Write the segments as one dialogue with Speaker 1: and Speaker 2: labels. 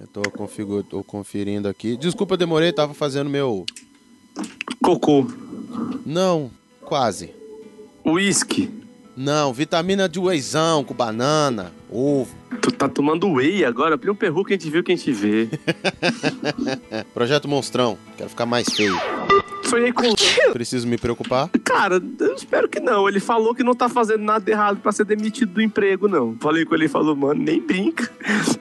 Speaker 1: Eu tô, configu... tô conferindo aqui. Desculpa, demorei, tava fazendo meu.
Speaker 2: Cocô.
Speaker 1: Não, quase.
Speaker 2: Whisky.
Speaker 1: Não, vitamina de wheyzão com banana, ovo.
Speaker 2: Tu tá tomando whey agora? Pelo perru que a gente viu, que a gente vê.
Speaker 1: É, Projeto Monstrão, quero ficar mais feio.
Speaker 2: Sonhei com...
Speaker 1: Preciso me preocupar?
Speaker 2: Cara, eu espero que não. Ele falou que não tá fazendo nada errado pra ser demitido do emprego, não. Falei com ele e falou, mano, nem brinca.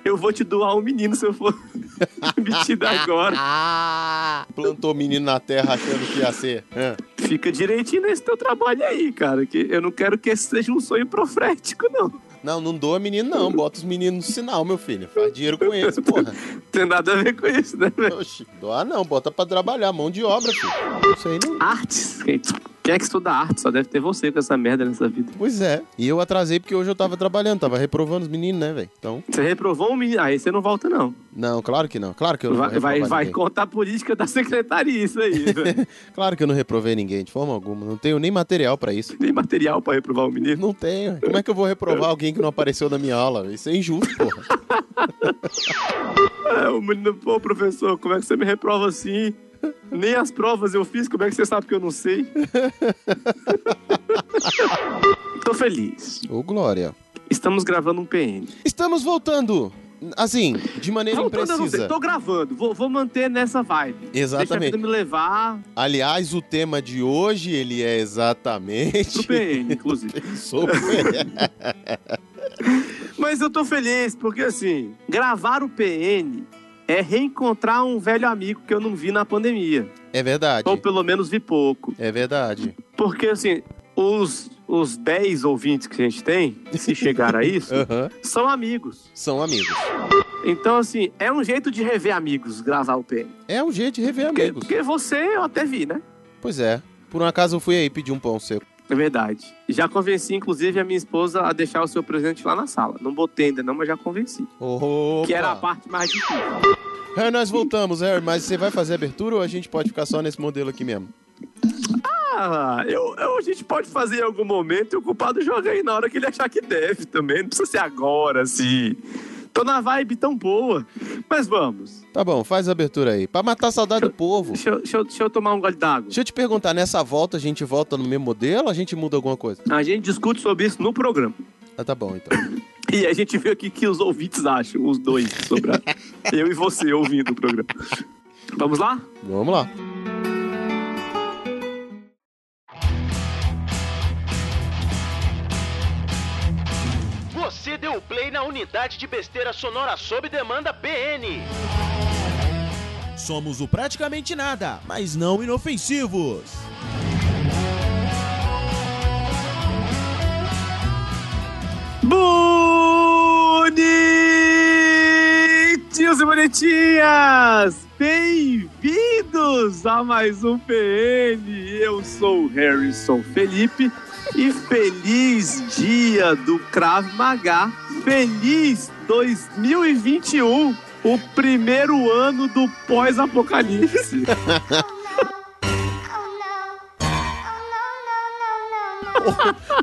Speaker 2: Eu vou te doar um menino se eu for demitido agora.
Speaker 1: Plantou menino na terra achando que ia ser. É. Hã?
Speaker 2: Fica direitinho nesse teu trabalho aí, cara. Que eu não quero que esse seja um sonho profético, não.
Speaker 1: Não, não doa menino, não. Bota os meninos no sinal, meu filho. Faz dinheiro com eles, porra.
Speaker 2: Tem nada a ver com isso, né, velho?
Speaker 1: Oxi, doar não, bota pra trabalhar, mão de obra, filho. Isso aí não.
Speaker 2: Artes. Quem quem é que estuda arte? Só deve ter você com essa merda nessa vida.
Speaker 1: Pois é. E eu atrasei porque hoje eu tava trabalhando, tava reprovando os meninos, né, velho? Então.
Speaker 2: Você reprovou um menino. Aí você não volta, não.
Speaker 1: Não, claro que não. Claro que eu não
Speaker 2: Vai,
Speaker 1: vou
Speaker 2: vai,
Speaker 1: reprovar
Speaker 2: vai
Speaker 1: ninguém.
Speaker 2: contar a política da secretaria, isso aí. né? velho.
Speaker 1: Claro que eu não reprovei ninguém, de forma alguma. Não tenho nem material pra isso.
Speaker 2: Tem material pra reprovar o menino.
Speaker 1: Não tenho. Como é que eu vou reprovar alguém que não apareceu na minha aula? Isso é injusto, porra.
Speaker 2: É, o menino, pô, professor, como é que você me reprova assim? Nem as provas eu fiz, como é que você sabe que eu não sei? Tô feliz.
Speaker 1: Ô, Glória.
Speaker 2: Estamos gravando um PN.
Speaker 1: Estamos voltando. Assim, de maneira
Speaker 2: Voltando a você,
Speaker 1: imprecisa.
Speaker 2: tô gravando, vou, vou manter nessa vibe. Deixa a
Speaker 1: Exatamente.
Speaker 2: vida me levar
Speaker 1: Aliás, o tema de hoje, ele é
Speaker 2: pro
Speaker 1: exatamente...
Speaker 2: PN, inclusive.
Speaker 1: sobre...
Speaker 2: Mas eu tô feliz, porque assim, gravar o PN é reencontrar um velho amigo que eu não vi na pandemia.
Speaker 1: É verdade.
Speaker 2: Ou pelo menos vi pouco.
Speaker 1: É verdade.
Speaker 2: Porque assim, os, os 10 ouvintes que a gente tem, se chegar a isso,
Speaker 1: Aham.
Speaker 2: são amigos.
Speaker 1: São amigos.
Speaker 2: Então, assim, é um jeito de rever amigos, gravar o PN.
Speaker 1: É um jeito de rever
Speaker 2: Porque,
Speaker 1: amigos.
Speaker 2: porque você eu até vi, né?
Speaker 1: Pois é. Por um acaso eu fui aí pedir um pão seco.
Speaker 2: É verdade. Já convenci, inclusive, a minha esposa a deixar o seu presente lá na sala. Não botei ainda, não, mas já convenci.
Speaker 1: Opa.
Speaker 2: Que era a parte mais difícil.
Speaker 1: É, nós voltamos, Harry, mas você vai fazer abertura ou a gente pode ficar só nesse modelo aqui mesmo?
Speaker 2: Ah, eu, eu- a gente pode fazer em algum momento e o culpado joga aí na hora que ele achar que deve também. Não precisa ser agora, assim. Tô na vibe tão boa. Mas vamos.
Speaker 1: Tá bom, faz a abertura aí. Pra matar a saudade do povo.
Speaker 2: Deixa eu, deixa eu- deixa eu tomar um gole d'água.
Speaker 1: Deixa eu te perguntar, nessa volta a gente volta no mesmo modelo ou a gente muda alguma coisa?
Speaker 2: A gente discute sobre isso no programa.
Speaker 1: Ah, tá bom então.
Speaker 2: E a gente vê o que, que os ouvintes acham, os dois, sobre a- eu e você ouvindo o programa. Vamos lá?
Speaker 1: Vamos lá.
Speaker 3: Você deu play na unidade de besteira sonora sob demanda PN.
Speaker 1: Somos o praticamente nada, mas não inofensivos.
Speaker 2: Bonitinhos e bonitinhas! Bem-vindos a mais um PN! Eu sou o Harrison Felipe e feliz dia do Krav Maga! Feliz 2021! O primeiro ano do pós-apocalipse!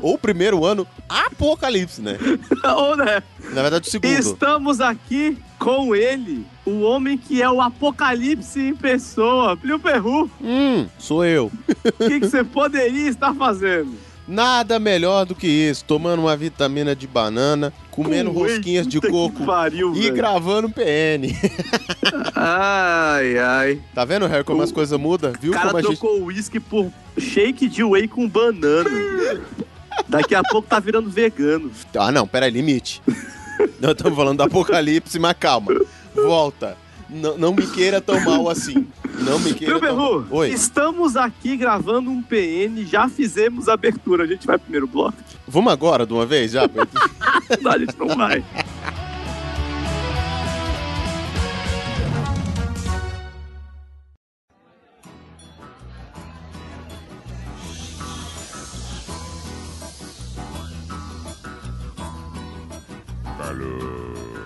Speaker 1: Ou o primeiro ano, apocalipse, né?
Speaker 2: Ou, né?
Speaker 1: Na verdade, o segundo.
Speaker 2: Estamos aqui com ele, o homem que é o apocalipse em pessoa, Plio Perru!
Speaker 1: Hum, sou eu.
Speaker 2: O que que você poderia estar fazendo?
Speaker 1: Nada melhor do que isso. Tomando uma vitamina de banana, comendo
Speaker 2: Com whey,
Speaker 1: rosquinhas de
Speaker 2: puta que
Speaker 1: coco
Speaker 2: pariu,
Speaker 1: e
Speaker 2: velho.
Speaker 1: gravando um PN.
Speaker 2: Ai, ai.
Speaker 1: Tá vendo, Harry, como
Speaker 2: O
Speaker 1: as coisas mudam? Viu
Speaker 2: O cara
Speaker 1: como a gente.
Speaker 2: trocou o uísque por shake de whey com banana. Daqui a pouco tá virando vegano.
Speaker 1: Ah, não, peraí, limite. Nós estamos falando do apocalipse, mas calma. Volta. N- não me queira tão mal assim. Não me queira.
Speaker 2: Viu,
Speaker 1: tão
Speaker 2: Berru?
Speaker 1: mal. Oi.
Speaker 2: Estamos aqui gravando um PN, já fizemos a abertura. A gente vai pro primeiro bloco?
Speaker 1: Vamos agora de uma vez já?
Speaker 2: Não, a gente não vai.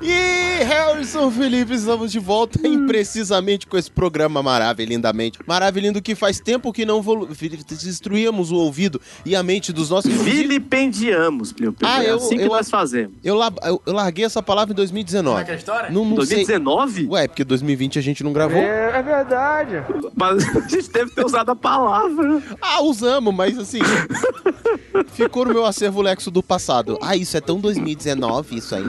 Speaker 1: Ih, Harry São Felipe, estamos de volta
Speaker 2: Hum.
Speaker 1: imprecisamente com esse programa maravilhoso, lindamente. Maravilhoso que faz tempo que não volu- destruímos o ouvido e a mente dos nossos...
Speaker 2: Vilipendiamos, Plio Pedro.
Speaker 1: Ah,
Speaker 2: é
Speaker 1: eu-
Speaker 2: assim que
Speaker 1: eu-
Speaker 2: nós fazemos.
Speaker 1: Eu, la- eu- eu larguei essa palavra em
Speaker 4: Como
Speaker 1: 2019.
Speaker 4: é que é a história?
Speaker 1: Não, não sei.
Speaker 2: 2019?
Speaker 1: Ué, porque 2020 a gente não gravou.
Speaker 2: É. Mas a gente deve ter usado a palavra.
Speaker 1: Ah, usamos, mas assim. ficou no meu acervo lexo do passado. Ah, isso é tão 2019, isso aí.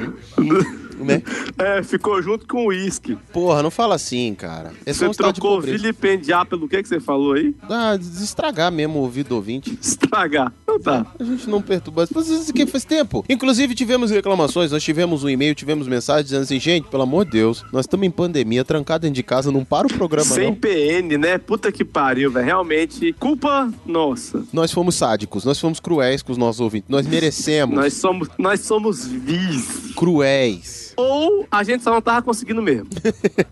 Speaker 1: né?
Speaker 2: É, ficou junto com o uísque.
Speaker 1: Porra, não fala assim, cara. É só um
Speaker 2: Você
Speaker 1: estado de
Speaker 2: trocou
Speaker 1: pobreza.
Speaker 2: vilipendiar pelo que, que você falou aí?
Speaker 1: Ah, destragar mesmo o ouvido do ouvinte.
Speaker 2: Estragar. Então tá.
Speaker 1: A gente não perturba. Mas isso aqui faz tempo. Inclusive, tivemos reclamações, nós tivemos um e-mail, tivemos mensagem dizendo assim, gente, pelo amor de Deus, nós estamos em pandemia, trancado dentro de casa, não para o programa,
Speaker 2: Sem
Speaker 1: não.
Speaker 2: PN, né? Puta que pariu, velho. Realmente, culpa nossa.
Speaker 1: Nós fomos sádicos, nós fomos cruéis com os nossos ouvintes. Nós merecemos.
Speaker 2: Nós somos, nós somos vis.
Speaker 1: Cruéis.
Speaker 2: Ou a gente só não tava conseguindo mesmo.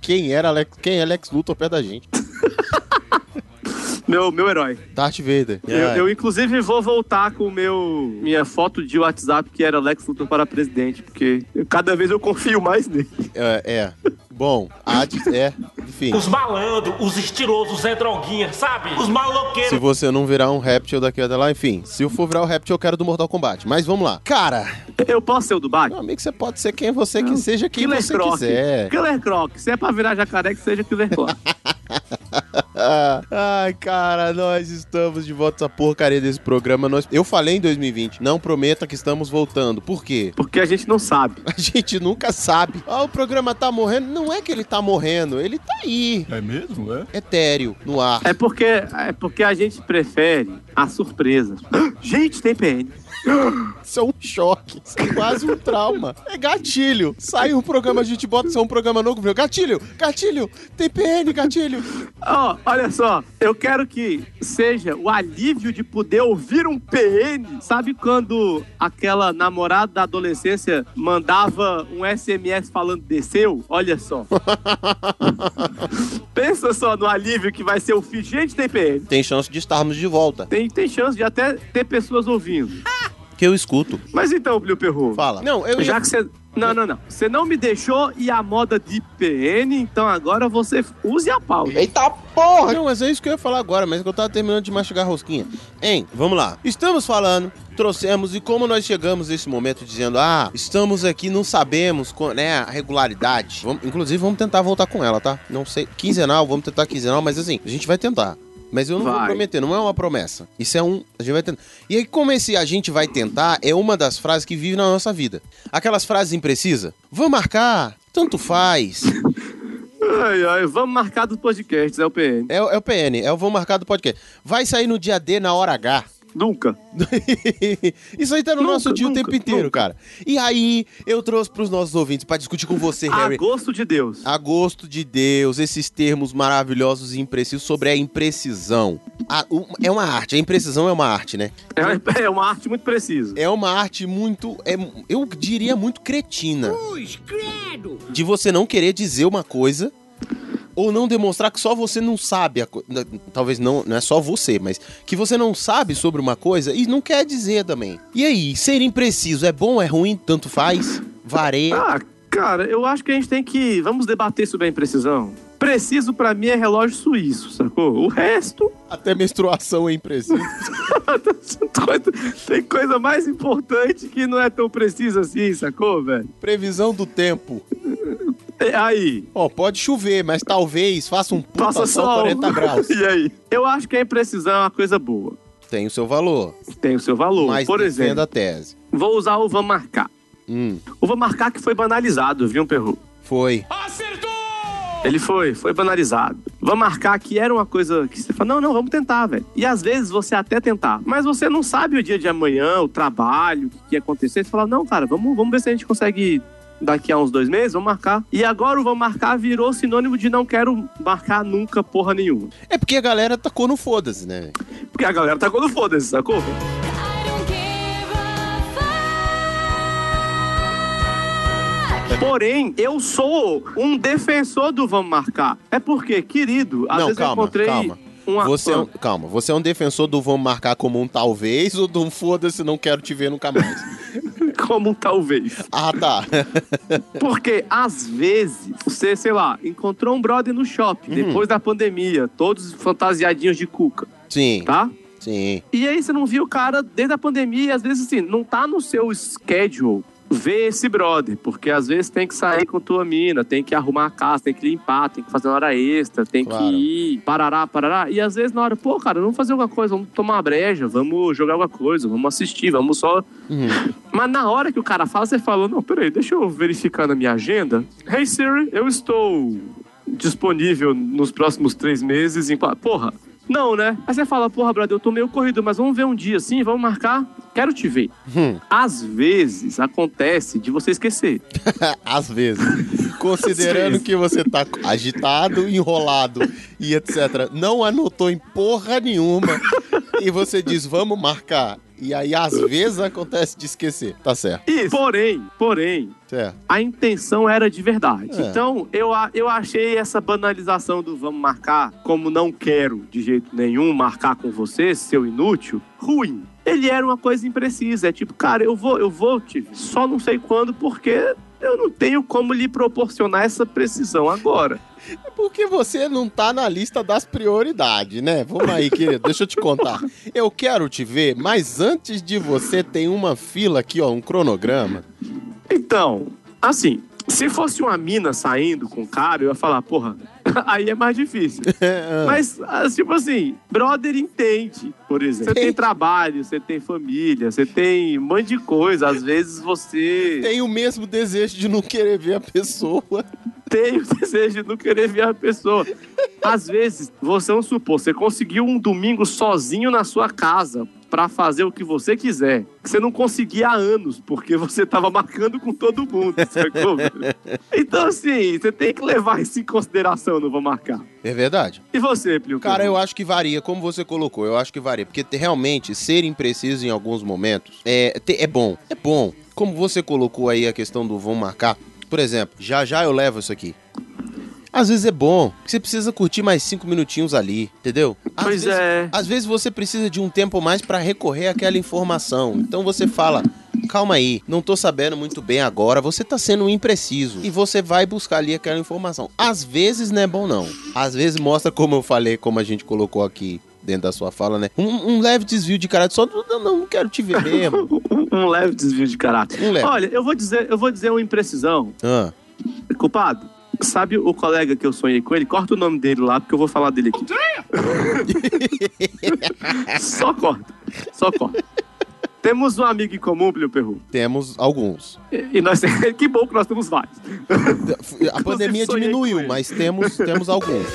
Speaker 1: Quem era Alex, quem é Alex Luthor perto da gente?
Speaker 2: Meu, meu herói.
Speaker 1: Darth Vader.
Speaker 2: Eu, eu, inclusive, vou voltar com o meu minha foto de WhatsApp que era Lex Luthor para presidente, porque eu- cada vez eu confio mais nele.
Speaker 1: É, é. Bom, a de- é, enfim.
Speaker 4: Os malandros, os estilosos, Zé Droguinha, sabe? Os
Speaker 1: Se
Speaker 4: maloqueiros.
Speaker 1: você não virar um réptil daqui até lá, enfim. Se eu for virar o réptil, eu quero do Mortal Kombat. Mas vamos lá. Cara,
Speaker 2: Eu posso ser o do Batman?
Speaker 1: meu amigo, você pode ser quem você que seja, quem
Speaker 2: Killer
Speaker 1: você
Speaker 2: Croc.
Speaker 1: quiser.
Speaker 2: Killer Croc. Se é pra virar jacaré, que seja Killer Croc.
Speaker 1: Ah, Ai, cara, nós estamos de volta a porcaria desse programa. Nós... Eu falei em 2020, não prometa que estamos voltando. Por quê?
Speaker 2: Porque a gente não sabe.
Speaker 1: A gente nunca sabe. Ah, o programa tá morrendo. Não é que ele tá morrendo, ele tá aí. É mesmo, é? Etéreo, no ar.
Speaker 2: É porque, é porque a gente prefere as surpresas. gente, tem PN.
Speaker 1: Isso é um choque. Isso é quase um trauma. É gatilho. Saiu o programa, a gente bota só um programa novo. viu? Gatilho, gatilho, TPN, gatilho.
Speaker 2: Ó, olha só, eu quero que seja o alívio de poder ouvir um PN. Sabe quando aquela namorada da adolescência mandava um SMS falando desceu? Olha só. Pensa só no alívio que vai ser o fim. Gente, tem PN.
Speaker 1: Tem chance de estarmos de volta.
Speaker 2: Tem, tem chance de até ter pessoas ouvindo.
Speaker 1: Que eu escuto.
Speaker 2: Mas então, Blue Perro.
Speaker 1: Fala. Não, eu
Speaker 2: Já que você. Não, não, não. Você não me deixou e a moda de PN, então agora você use a pauta.
Speaker 5: Eita porra!
Speaker 1: Não, mas é isso que eu ia falar agora, mas é que eu tava terminando de mastigar a rosquinha. Hein, vamos lá. Estamos falando, trouxemos e como nós chegamos nesse momento dizendo, ah, estamos aqui, não sabemos, co- né, a regularidade. Vamos- inclusive, vamos tentar voltar com ela, tá? Não sei, quinzenal, vamos tentar quinzenal, mas assim, a gente vai tentar. Mas eu não vou
Speaker 2: Vai.
Speaker 1: prometer, não é uma promessa. Isso é um. A gente vai tentar. E aí, como esse a gente vai tentar é uma das frases que vive na nossa vida. Aquelas frases imprecisas. Vamos marcar, tanto faz.
Speaker 2: Ai, ai, vamos marcar dos podcasts, é o PN.
Speaker 1: É, o- é o PN, é o Vão Marcar do Podcast. Vai sair no dia D, na hora H.
Speaker 2: Nunca.
Speaker 1: Isso aí tá no
Speaker 2: Nunca,
Speaker 1: nosso dia
Speaker 2: nunca,
Speaker 1: o tempo inteiro,
Speaker 2: nunca.
Speaker 1: cara. E aí, eu trouxe pros nossos ouvintes pra discutir com você,
Speaker 2: A
Speaker 1: Harry. Ah,
Speaker 2: gosto de Deus.
Speaker 1: A gosto de Deus, esses termos maravilhosos e imprecisos sobre a imprecisão. A- o- é uma arte, a imprecisão é uma arte, né?
Speaker 2: É, é uma arte muito precisa.
Speaker 1: É uma arte muito, é, eu diria muito cretina.
Speaker 6: Cruz, credo!
Speaker 1: De você não querer dizer uma coisa ou não demonstrar que só você não sabe a coisa. Talvez não, não é só você, mas que você não sabe sobre uma coisa e não quer dizer também. E aí, ser impreciso é bom, é ruim, tanto faz? Vareia.
Speaker 2: Ah, cara, eu acho que a gente tem que. Vamos debater sobre a imprecisão. Preciso pra mim é relógio suíço, sacou? O resto. tá
Speaker 1: Até menstruação é impreciso.
Speaker 2: tem coisa mais importante que não é tão precisa assim, sacou, velho?
Speaker 1: Previsão do tempo.
Speaker 2: E Aí.
Speaker 1: Ó, pode chover, mas talvez faça um puta
Speaker 2: Passa
Speaker 1: sol
Speaker 2: só
Speaker 1: 40 graus.
Speaker 2: e aí? Eu acho que a imprecisão é uma coisa boa.
Speaker 1: Tem o seu valor,
Speaker 2: Tem o seu valor.
Speaker 1: mas
Speaker 2: Por
Speaker 1: defenda
Speaker 2: exemplo,
Speaker 1: a tese.
Speaker 2: vou usar o Van Marcar.
Speaker 1: Hum,
Speaker 2: O Van Marcar que foi banalizado, viu, Perru?
Speaker 1: foi.
Speaker 2: Ele foi, foi banalizado. Vamos marcar que era uma coisa que você fala, não, não, vamos tentar, velho. E às vezes você até tentar, mas você não sabe o dia de amanhã, o trabalho, o que, que ia acontecer. Você fala, não, cara, vamos, vamos ver se a gente consegue daqui a uns dois meses, vamos marcar. E agora o vamos marcar virou sinônimo de não quero marcar nunca porra nenhuma.
Speaker 1: É porque a galera tacou no foda-se, né? velho?
Speaker 2: Porque a galera tá quando foda-se, sacou? Porém, eu sou um defensor do vamos marcar. É porque, querido, às
Speaker 1: Não,
Speaker 2: vezes
Speaker 1: calma,
Speaker 2: eu encontrei
Speaker 1: calma.
Speaker 2: uma...
Speaker 1: Você é um-
Speaker 2: uma-
Speaker 1: calma, você é um defensor do vamos marcar como um talvez ou do um foda-se, não quero te ver nunca mais.
Speaker 2: como um talvez.
Speaker 1: Ah, tá.
Speaker 2: Porque, às vezes, você, sei lá, encontrou um brother no shopping,
Speaker 1: Uhum.
Speaker 2: depois da pandemia, todos fantasiadinhos de cuca,
Speaker 1: Sim,
Speaker 2: tá?
Speaker 1: sim.
Speaker 2: E aí você não viu o cara desde a pandemia, e às vezes, assim, não tá no seu schedule ver esse brother, porque às vezes tem que sair com tua mina, tem que arrumar a casa, tem que limpar, tem que fazer uma hora extra, tem
Speaker 1: Claro.
Speaker 2: que ir, parará, parará. E às vezes na hora, pô, cara, vamos fazer alguma coisa, vamos tomar uma breja, vamos jogar alguma coisa, vamos assistir, vamos só
Speaker 1: Uhum.
Speaker 2: mas na hora que o cara fala, você fala: Não, peraí, deixa eu verificar na minha agenda. Hey Siri, eu estou disponível nos próximos três meses. Em... qua- Porra, não, né? Aí você fala: Porra, brother, eu tô meio corrido, mas vamos ver um dia assim, vamos marcar. Quero te ver.
Speaker 1: Hum.
Speaker 2: Às vezes acontece de você esquecer.
Speaker 1: Às vezes. Considerando que você tá agitado, enrolado e etc. Não anotou em porra nenhuma. e você diz, vamos marcar. E aí, às vezes, acontece de esquecer. Tá certo,
Speaker 2: Isso. Porém, porém,
Speaker 1: certo.
Speaker 2: a intenção era de verdade.
Speaker 1: É.
Speaker 2: Então, eu, a- eu achei essa banalização do vamos marcar, como não quero de jeito nenhum marcar com você, seu inútil, ruim. Ele era uma coisa imprecisa. É tipo, cara, eu vou, eu vou te, ver, só não sei quando, porque eu não tenho como lhe proporcionar essa precisão agora.
Speaker 1: É porque você não tá na lista das prioridades, né? Vamos aí, querido. Deixa eu te contar. Eu quero te ver, mas antes de você tem uma fila aqui, ó, um cronograma.
Speaker 2: Então, assim, se fosse uma mina saindo com o cara, eu ia falar, porra, aí é mais difícil. Mas, ah, tipo assim, brother entende, por exemplo. Você tem trabalho, você tem família, você tem um monte de coisa. Às vezes você
Speaker 1: Tem o mesmo desejo de não querer ver a pessoa.
Speaker 2: tem o desejo de não querer ver a pessoa. Às vezes, você, vamos supor, você conseguiu um domingo sozinho na sua casa pra fazer o que você quiser. Que você não conseguia há anos, porque você tava marcando com todo mundo, sacou? velho? então, assim, você tem que levar isso em consideração, não vou marcar.
Speaker 1: É verdade.
Speaker 2: E você, Plio?
Speaker 1: Cara, eu acho que varia, como você colocou, eu acho que varia. Porque te- realmente, ser impreciso em alguns momentos é, te- é bom. É bom. Como você colocou aí a questão do vão marcar, por exemplo, já já eu levo isso aqui. Às vezes é bom, que você precisa curtir mais cinco minutinhos ali, entendeu? Às
Speaker 2: Pois
Speaker 1: vezes-
Speaker 2: é.
Speaker 1: Às vezes você precisa de um tempo mais pra recorrer àquela informação. Então você fala, calma aí, não tô sabendo muito bem agora, você tá sendo impreciso. E você vai buscar ali aquela informação. Às vezes não é bom, não. Às vezes mostra, como eu falei, como a gente colocou aqui dentro da sua fala, né? Um, um leve desvio de caráter. Só não, não quero te ver mesmo.
Speaker 2: um leve desvio de caráter.
Speaker 1: Um leve.
Speaker 2: Olha, eu vou dizer, eu vou dizer uma imprecisão.
Speaker 1: Ah,
Speaker 2: Culpado, sabe o colega que eu sonhei com ele? Corta o nome dele lá, porque eu vou falar dele aqui. só corta, só corta. Temos um amigo em comum, Plio Perru.
Speaker 1: temos alguns.
Speaker 2: E e nós que bom que nós temos vários.
Speaker 1: A pandemia
Speaker 2: sonhei com
Speaker 1: diminuiu,
Speaker 2: ele.
Speaker 1: mas temos, temos alguns.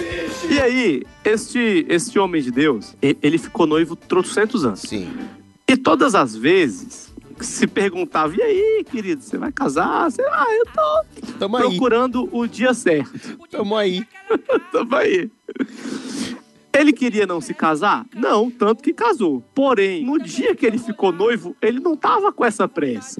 Speaker 2: E aí, este, este homem de Deus, e- ele ficou noivo trocentos anos.
Speaker 1: Sim.
Speaker 2: E todas as vezes que se perguntava, e aí, querido, você vai casar? Sei lá, eu tô
Speaker 1: Tamo aí,
Speaker 2: procurando o dia certo.
Speaker 1: tamo aí.
Speaker 2: Tamo aí. Então Ele queria não se casar? Não, tanto que casou. Porém, no dia que ele ficou noivo, ele não tava com essa pressa.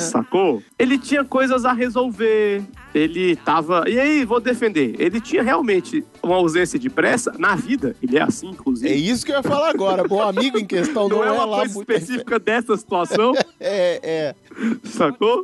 Speaker 2: Sacou? Ele tinha coisas a resolver. Ele tava. E aí, vou defender. Ele tinha realmente uma ausência de pressa na vida. Ele é assim,
Speaker 1: É
Speaker 2: inclusive.
Speaker 1: isso que eu ia falar agora. Bom amigo em questão não,
Speaker 2: não é uma
Speaker 1: lá
Speaker 2: coisa
Speaker 1: muito.
Speaker 2: específica dessa situação,
Speaker 1: É, é.
Speaker 2: sacou?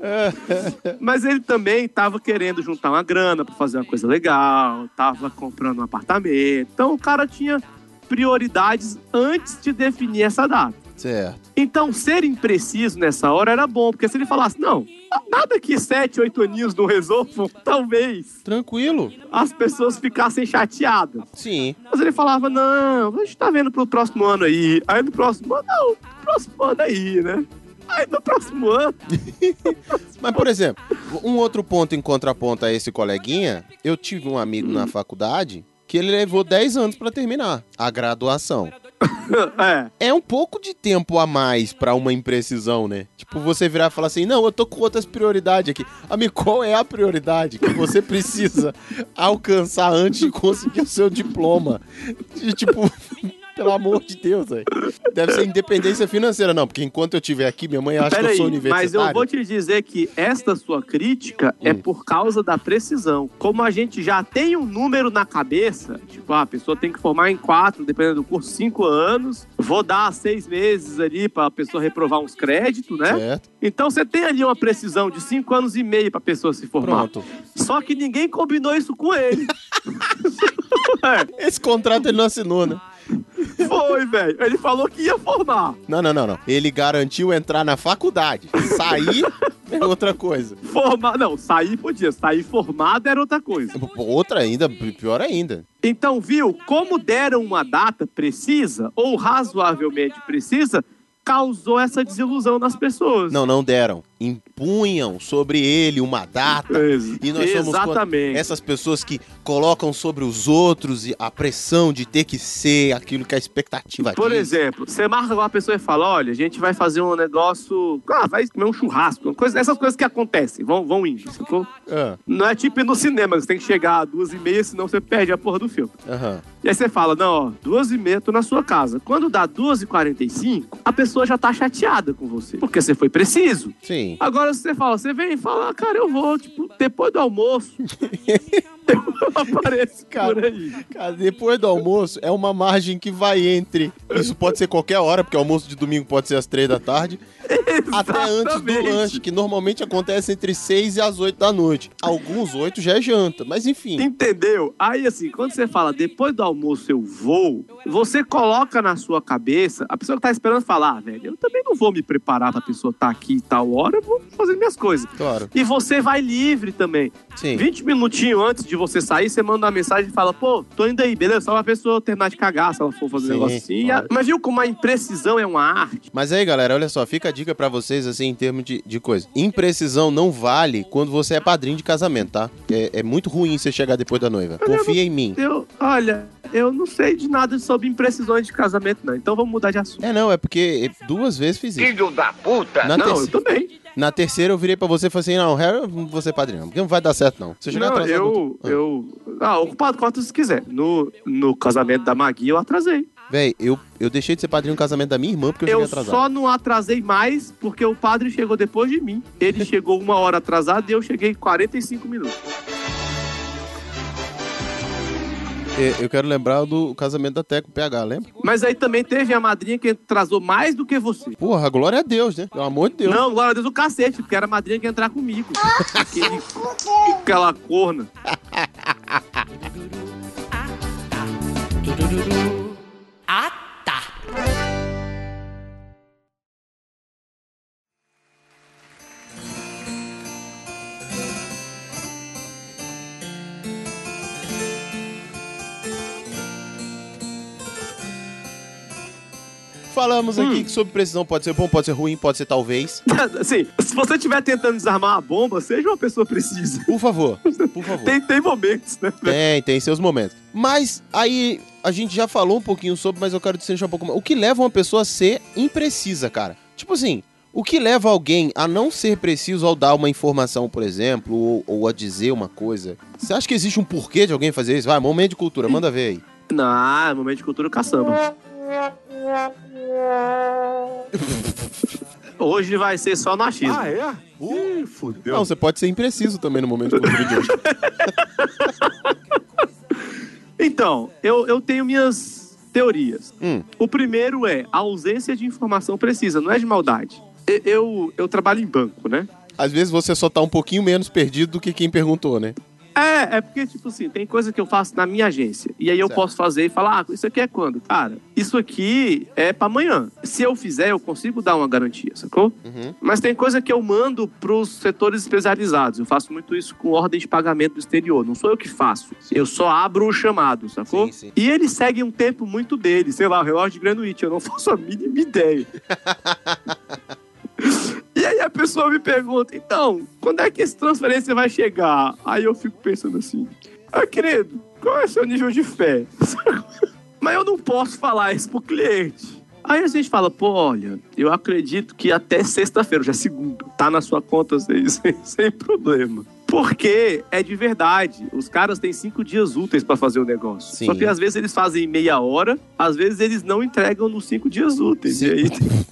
Speaker 2: Mas ele também tava querendo juntar uma grana pra fazer uma coisa legal, tava comprando um apartamento. Então o cara tinha prioridades antes de definir essa data.
Speaker 1: Certo.
Speaker 2: Então ser impreciso nessa hora era bom, porque se ele falasse, não, nada que sete, oito aninhos não resolvam, talvez
Speaker 1: Tranquilo?
Speaker 2: as pessoas ficassem chateadas.
Speaker 1: Sim.
Speaker 2: Mas ele falava, não, a gente tá vendo pro próximo ano aí. Aí no próximo ano, não, no próximo ano aí, né? Aí no próximo ano,
Speaker 1: Mas, por exemplo, um outro ponto em contraponto a esse coleguinha, eu tive um amigo na faculdade que ele levou 10 anos pra terminar a graduação.
Speaker 2: é,
Speaker 1: É um pouco de tempo a mais pra uma imprecisão, né? Tipo, você virar e falar assim: não, eu tô com outras prioridades aqui. Amigo, qual é a prioridade que você precisa alcançar antes de conseguir o seu diploma? E, tipo, Pelo amor de Deus, velho. Deve ser independência financeira, não, porque enquanto eu estiver aqui, minha mãe acha que eu sou
Speaker 2: Peraí,
Speaker 1: universitário. Hum.
Speaker 2: mas eu vou te dizer que esta sua crítica é por causa da precisão. Como a gente já tem um número na cabeça, tipo, ah, a pessoa tem que formar em quatro, dependendo do curso, cinco anos, vou dar seis meses ali pra pessoa reprovar uns créditos, né?
Speaker 1: Certo?
Speaker 2: Então você tem ali uma precisão de cinco anos e meio pra pessoa se formar.
Speaker 1: Pronto.
Speaker 2: Só que ninguém combinou isso com ele. É,
Speaker 1: Esse contrato ele não assinou, né?
Speaker 2: Foi, velho. Ele falou que ia formar.
Speaker 1: Não, não, não, não. Ele garantiu entrar na faculdade. Sair é outra coisa.
Speaker 2: Formar. Não, sair podia. Sair formado era outra coisa.
Speaker 1: Outra ainda, pior ainda.
Speaker 2: Então, viu, como deram uma data precisa, ou razoavelmente precisa, causou essa desilusão nas pessoas.
Speaker 1: Não, não deram. Impunham sobre ele uma data.
Speaker 2: Ex-
Speaker 1: E nós somos
Speaker 2: Exatamente.
Speaker 1: contra essas pessoas que colocam sobre os outros e a pressão de ter que ser aquilo que a expectativa
Speaker 2: Por
Speaker 1: diz.
Speaker 2: exemplo, você marca com uma pessoa e fala: olha, a gente vai fazer um negócio. Ah, vai comer um churrasco. uma coisa- essas coisas que acontecem, vão, vão indo, sacou?
Speaker 1: Ah,
Speaker 2: Não é tipo ir no cinema, que você tem que chegar às duas e meia, senão você perde a porra do filme.
Speaker 1: aham.
Speaker 2: E aí você fala, não, ó, duas e meia, tô na sua casa. Quando dá duas e quarenta e cinco, a pessoa já tá chateada com você. Porque você foi preciso.
Speaker 1: Sim.
Speaker 2: Agora se você fala, você vem e fala, ah, cara, eu vou, tipo, depois do almoço. eu apareço
Speaker 1: Cara.
Speaker 2: por aí.
Speaker 1: Cara, depois do almoço é uma margem que vai entre. Isso pode ser qualquer hora, porque o almoço de domingo pode ser às três da tarde. até antes do
Speaker 2: Exatamente.
Speaker 1: lanche, que normalmente acontece entre seis e as oito da noite. Alguns oito já é janta, mas enfim.
Speaker 2: Entendeu? Aí, assim, quando você fala, depois do almoço eu vou, você coloca na sua cabeça, a pessoa que tá esperando falar, ah, velho, eu também não vou me preparar pra pessoa estar tá aqui e tal hora, eu vou fazer minhas coisas.
Speaker 1: Claro,
Speaker 2: E você vai livre também.
Speaker 1: sim.
Speaker 2: 20 minutinhos antes de você sair, você manda uma mensagem e fala, pô, tô indo aí, beleza? Só pra pessoa terminar de cagar se ela for fazer
Speaker 1: Sim,
Speaker 2: um negócio assim.
Speaker 1: claro.
Speaker 2: Mas viu como a imprecisão é uma arte?
Speaker 1: Mas aí, galera, olha só, fica a dica pra vocês, assim, em termos de, de coisa. Imprecisão não vale quando você é padrinho de casamento, tá? É, é muito ruim você chegar depois da noiva. Confia em mim.
Speaker 2: Eu, olha, eu não sei de nada sobre imprecisões de casamento, não. Então vamos mudar de assunto.
Speaker 1: É, não, é porque duas vezes fiz isso.
Speaker 3: Filho da puta!
Speaker 1: Na,
Speaker 2: não,
Speaker 1: terce-
Speaker 2: eu também.
Speaker 1: na terceira eu virei pra você e falei assim, não, Harry, eu não vou ser padrinho, não, porque não vai dar certo, não. Se eu chegar
Speaker 2: Não,
Speaker 1: atrasado...
Speaker 2: eu,
Speaker 1: Ah.
Speaker 2: eu... Ah, ocupado corta se quiser. No, no casamento da Magui, eu atrasei.
Speaker 1: Ah, Véi, eu, eu deixei de ser padrinho no casamento da minha irmã porque eu, cheguei
Speaker 2: Eu
Speaker 1: atrasado.
Speaker 2: só não atrasei mais porque o padre chegou depois de mim. Ele chegou uma hora atrasado e eu cheguei 45 minutos.
Speaker 1: É, Eu, eu quero lembrar do casamento da Teco PH, lembra?
Speaker 2: Mas aí também teve a madrinha que atrasou mais do que você.
Speaker 1: Porra, glória a Deus, né? Pelo amor de Deus.
Speaker 2: Não, glória a Deus, o cacete, porque era a madrinha que ia entrar comigo. Aquele, aquela corna.
Speaker 1: Falamos aqui
Speaker 2: Hum.
Speaker 1: que sobre precisão pode ser bom, pode ser ruim, pode ser talvez.
Speaker 2: Assim, se você estiver tentando desarmar uma bomba, seja uma pessoa precisa.
Speaker 1: Por favor, por favor.
Speaker 2: Tem, tem momentos, né?
Speaker 1: Tem, tem seus momentos. Mas aí a gente já falou um pouquinho sobre, mas eu quero destrinchar um pouco mais. O que leva uma pessoa a ser imprecisa, cara? Tipo assim, o que leva alguém a não ser preciso ao dar uma informação, por exemplo, ou, ou a dizer uma coisa? Você acha que existe um porquê de alguém fazer isso? Vai, momento de cultura, manda ver aí.
Speaker 2: Não, é momento de cultura caçamba. Hoje vai ser só no achismo.
Speaker 5: é? Ih, fudeu.
Speaker 1: Não, você pode ser impreciso também no momento de cultura de hoje.
Speaker 2: Então, eu, eu tenho minhas teorias.
Speaker 1: Hum.
Speaker 2: O primeiro é a ausência de informação precisa, não é de maldade. E- Eu, eu trabalho em banco, né?
Speaker 1: Às vezes você só tá um pouquinho menos perdido do que quem perguntou, né?
Speaker 2: É, é porque, tipo assim, tem coisa que eu faço na minha agência. E aí eu
Speaker 1: Certo.
Speaker 2: posso fazer e falar, ah, isso aqui é quando? Cara, isso aqui é pra amanhã. Se eu fizer, eu consigo dar uma garantia, sacou?
Speaker 1: Uhum.
Speaker 2: Mas tem coisa que eu mando pros setores especializados. Eu faço muito isso com ordem de pagamento do exterior. Não sou eu que faço. Eu só abro o chamado, sacou?
Speaker 1: Sim, sim.
Speaker 2: E eles seguem um tempo muito dele. Sei lá, o relógio de Greenwich. Eu não faço a mínima ideia. E aí a pessoa me pergunta, então, quando é que essa transferência vai chegar? Aí eu fico pensando assim, ah, querido, qual é o seu nível de fé? Mas eu não posso falar isso pro cliente. Aí a gente fala, pô, olha, eu acredito que até sexta-feira, já é segunda, tá na sua conta sem, sem, sem problema. Porque é de verdade. Os caras têm cinco dias úteis pra fazer o negócio.
Speaker 1: Sim.
Speaker 2: Só que às vezes eles fazem em meia hora, às vezes eles não entregam nos cinco dias úteis.
Speaker 1: Sim.
Speaker 2: E aí tem-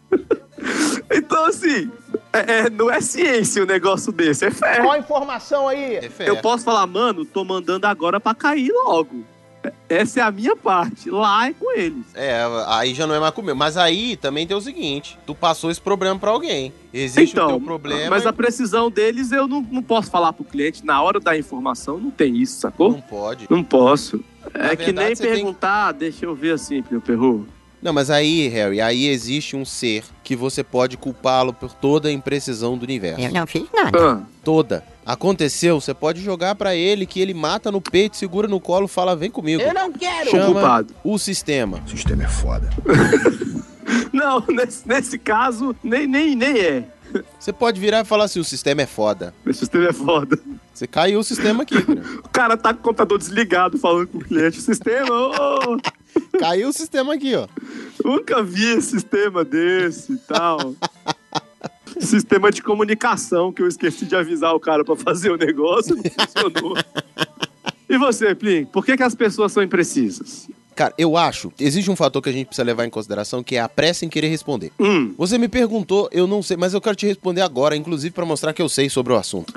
Speaker 2: então, assim, é- é- não é ciência o negócio desse, é fé.
Speaker 3: Qual a informação aí?
Speaker 1: É fé.
Speaker 2: Eu posso falar, mano, tô mandando agora pra cair logo. Essa é a minha parte. Lá é com eles.
Speaker 1: É, aí já não é mais comigo. Mas aí também tem o seguinte: tu passou esse problema pra alguém. Existe o teu problema.
Speaker 2: Então, mas a
Speaker 1: e
Speaker 2: precisão deles eu não, não posso falar pro cliente. Na hora da informação não tem isso, sacou?
Speaker 1: não pode.
Speaker 2: Não posso.
Speaker 1: Na
Speaker 2: é que
Speaker 1: verdade,
Speaker 2: nem
Speaker 1: você tem-
Speaker 2: perguntar, deixa eu ver assim, meu perru.
Speaker 1: Não, mas aí, Harry, aí existe um ser que você pode culpá-lo por toda a imprecisão do universo.
Speaker 3: É.
Speaker 6: Eu não fiz nada.
Speaker 2: Ah,
Speaker 1: Toda. Aconteceu, você pode jogar pra ele que ele mata no peito, segura no colo, fala: vem comigo.
Speaker 3: Eu não quero!
Speaker 1: Chama-
Speaker 2: o culpado.
Speaker 1: O sistema.
Speaker 5: O sistema é foda.
Speaker 2: Não, nesse, nesse caso, nem, nem, nem é.
Speaker 1: Você pode virar e falar assim: o sistema é foda.
Speaker 2: Esse sistema é foda.
Speaker 1: Você caiu o sistema aqui, cara.
Speaker 2: O cara tá com o computador desligado falando com o cliente. O sistema, ô,
Speaker 1: Caiu o sistema aqui, ó.
Speaker 2: nunca vi sistema desse e tal. sistema de comunicação que eu esqueci de avisar o cara pra fazer o negócio, não funcionou. E você, Plin, por que, que as pessoas são imprecisas?
Speaker 1: Cara, eu acho. Existe um fator que a gente precisa levar em consideração que é a pressa em querer responder.
Speaker 2: Hum,
Speaker 1: Você me perguntou, eu não sei, mas eu quero te responder agora, inclusive pra mostrar que eu sei sobre o assunto.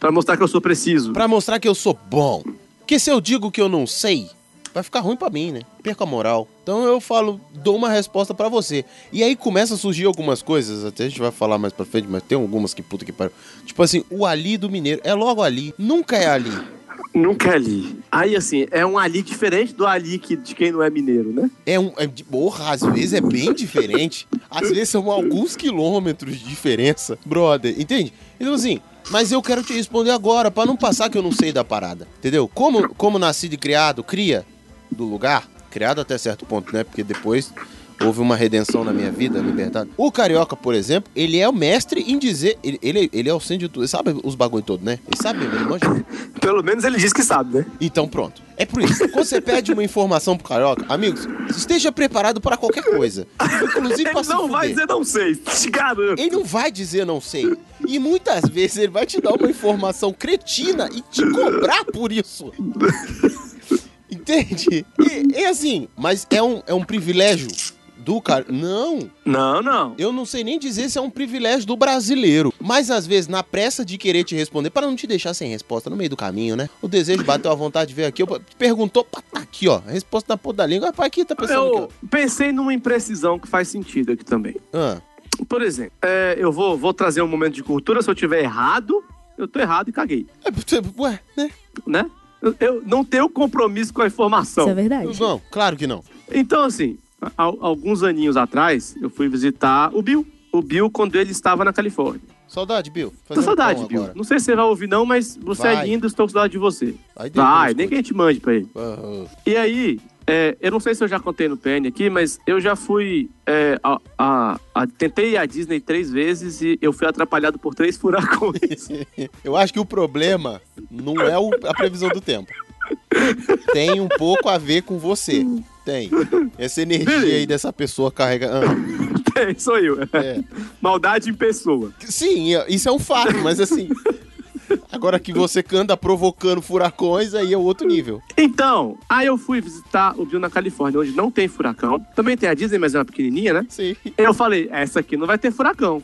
Speaker 2: pra mostrar que eu sou preciso.
Speaker 1: Pra mostrar que eu sou bom. Porque se eu digo que eu não sei, vai ficar ruim pra mim, né? Perco a moral. Então eu falo, dou uma resposta pra você. E aí começa a surgir algumas coisas, até a gente vai falar mais pra frente, mas tem algumas que puta que pariu. Tipo assim, o ali do mineiro é logo ali, nunca é ali.
Speaker 2: Nunca é ali. Aí, assim, é um ali diferente do ali que, de quem não é mineiro, né?
Speaker 1: É um. É, de- porra, às vezes é bem diferente. Às vezes são alguns quilômetros de diferença, brother. Entende? Então assim. Mas eu quero te responder agora, pra não passar que eu não sei da parada. Entendeu? Como, como nascido e criado, cria do lugar, criado até certo ponto, né? Porque depois houve uma redenção na minha vida, liberdade. O carioca, por exemplo, ele é o mestre em dizer. Ele, ele, ele é o centro de tudo. Ele sabe os bagulho todo, né? Ele sabe, ele manja.
Speaker 2: Pelo menos ele diz que sabe, né?
Speaker 1: Então pronto. É por isso. Quando você pede uma informação pro carioca, amigos, esteja preparado para qualquer coisa. Inclusive Tipo pra
Speaker 2: Ele
Speaker 1: se
Speaker 2: não vai
Speaker 1: fuder.
Speaker 2: dizer não sei, te garanto.
Speaker 1: Ele não vai dizer não sei. E muitas vezes ele vai te dar uma informação cretina e te cobrar por isso. Entende? E, é assim, mas é um, é um privilégio do cara. Não,
Speaker 2: Não, não.
Speaker 1: eu não sei nem dizer se é um privilégio do brasileiro. Mas às vezes, na pressa de querer te responder, para não te deixar sem resposta no meio do caminho, né? O desejo bateu à vontade de ver aqui, eu perguntou, pá, tá aqui, ó. Resposta na ponta da língua. Rapaz, aqui tá pensando.
Speaker 2: Eu
Speaker 1: aqui,
Speaker 2: pensei numa imprecisão que faz sentido aqui também.
Speaker 1: ó. Ah,
Speaker 2: Por exemplo, é, eu vou, vou trazer um momento de cultura. Se eu tiver errado, eu tô errado e caguei,
Speaker 1: é, você- ué, né?
Speaker 2: né? Eu, eu não tenho compromisso com a
Speaker 7: Isso é
Speaker 2: informação.
Speaker 7: verdade.
Speaker 1: Não, claro que não.
Speaker 2: Então, assim, a- al- alguns aninhos atrás, eu fui visitar o Bill. O Bill, quando ele estava na Califórnia.
Speaker 1: Saudade, Bill.
Speaker 2: Tô com
Speaker 1: Fazendo
Speaker 2: saudade,
Speaker 1: pão
Speaker 2: Bill.
Speaker 1: um agora.
Speaker 2: Não sei se você vai ouvir, não, mas você
Speaker 1: Vai.
Speaker 2: é lindo, estou com saudade de você.
Speaker 1: Aí depois
Speaker 2: Vai,
Speaker 1: escuta.
Speaker 2: nem que a gente mande pra ele.
Speaker 1: Ah, ah.
Speaker 2: E aí, é, eu não sei se eu já contei no PN aqui, mas eu já fui. é, a- a- a- tentei ir à Disney três vezes e eu fui atrapalhado por três furacões.
Speaker 1: Eu acho que o problema não é o- a previsão do tempo. Tem um pouco a ver com você. Tem. Essa energia aí dessa pessoa carrega. ah.
Speaker 2: É, Sou eu.
Speaker 1: É.
Speaker 2: Maldade em pessoa.
Speaker 1: Sim, isso é um fato, mas assim. Agora que você anda provocando furacões, aí é outro nível.
Speaker 2: Então, aí eu fui visitar o Bill na Califórnia, onde não tem furacão. Também tem a Disney, mas é uma pequenininha, né?
Speaker 1: Sim.
Speaker 2: Eu falei, essa aqui não vai ter furacão.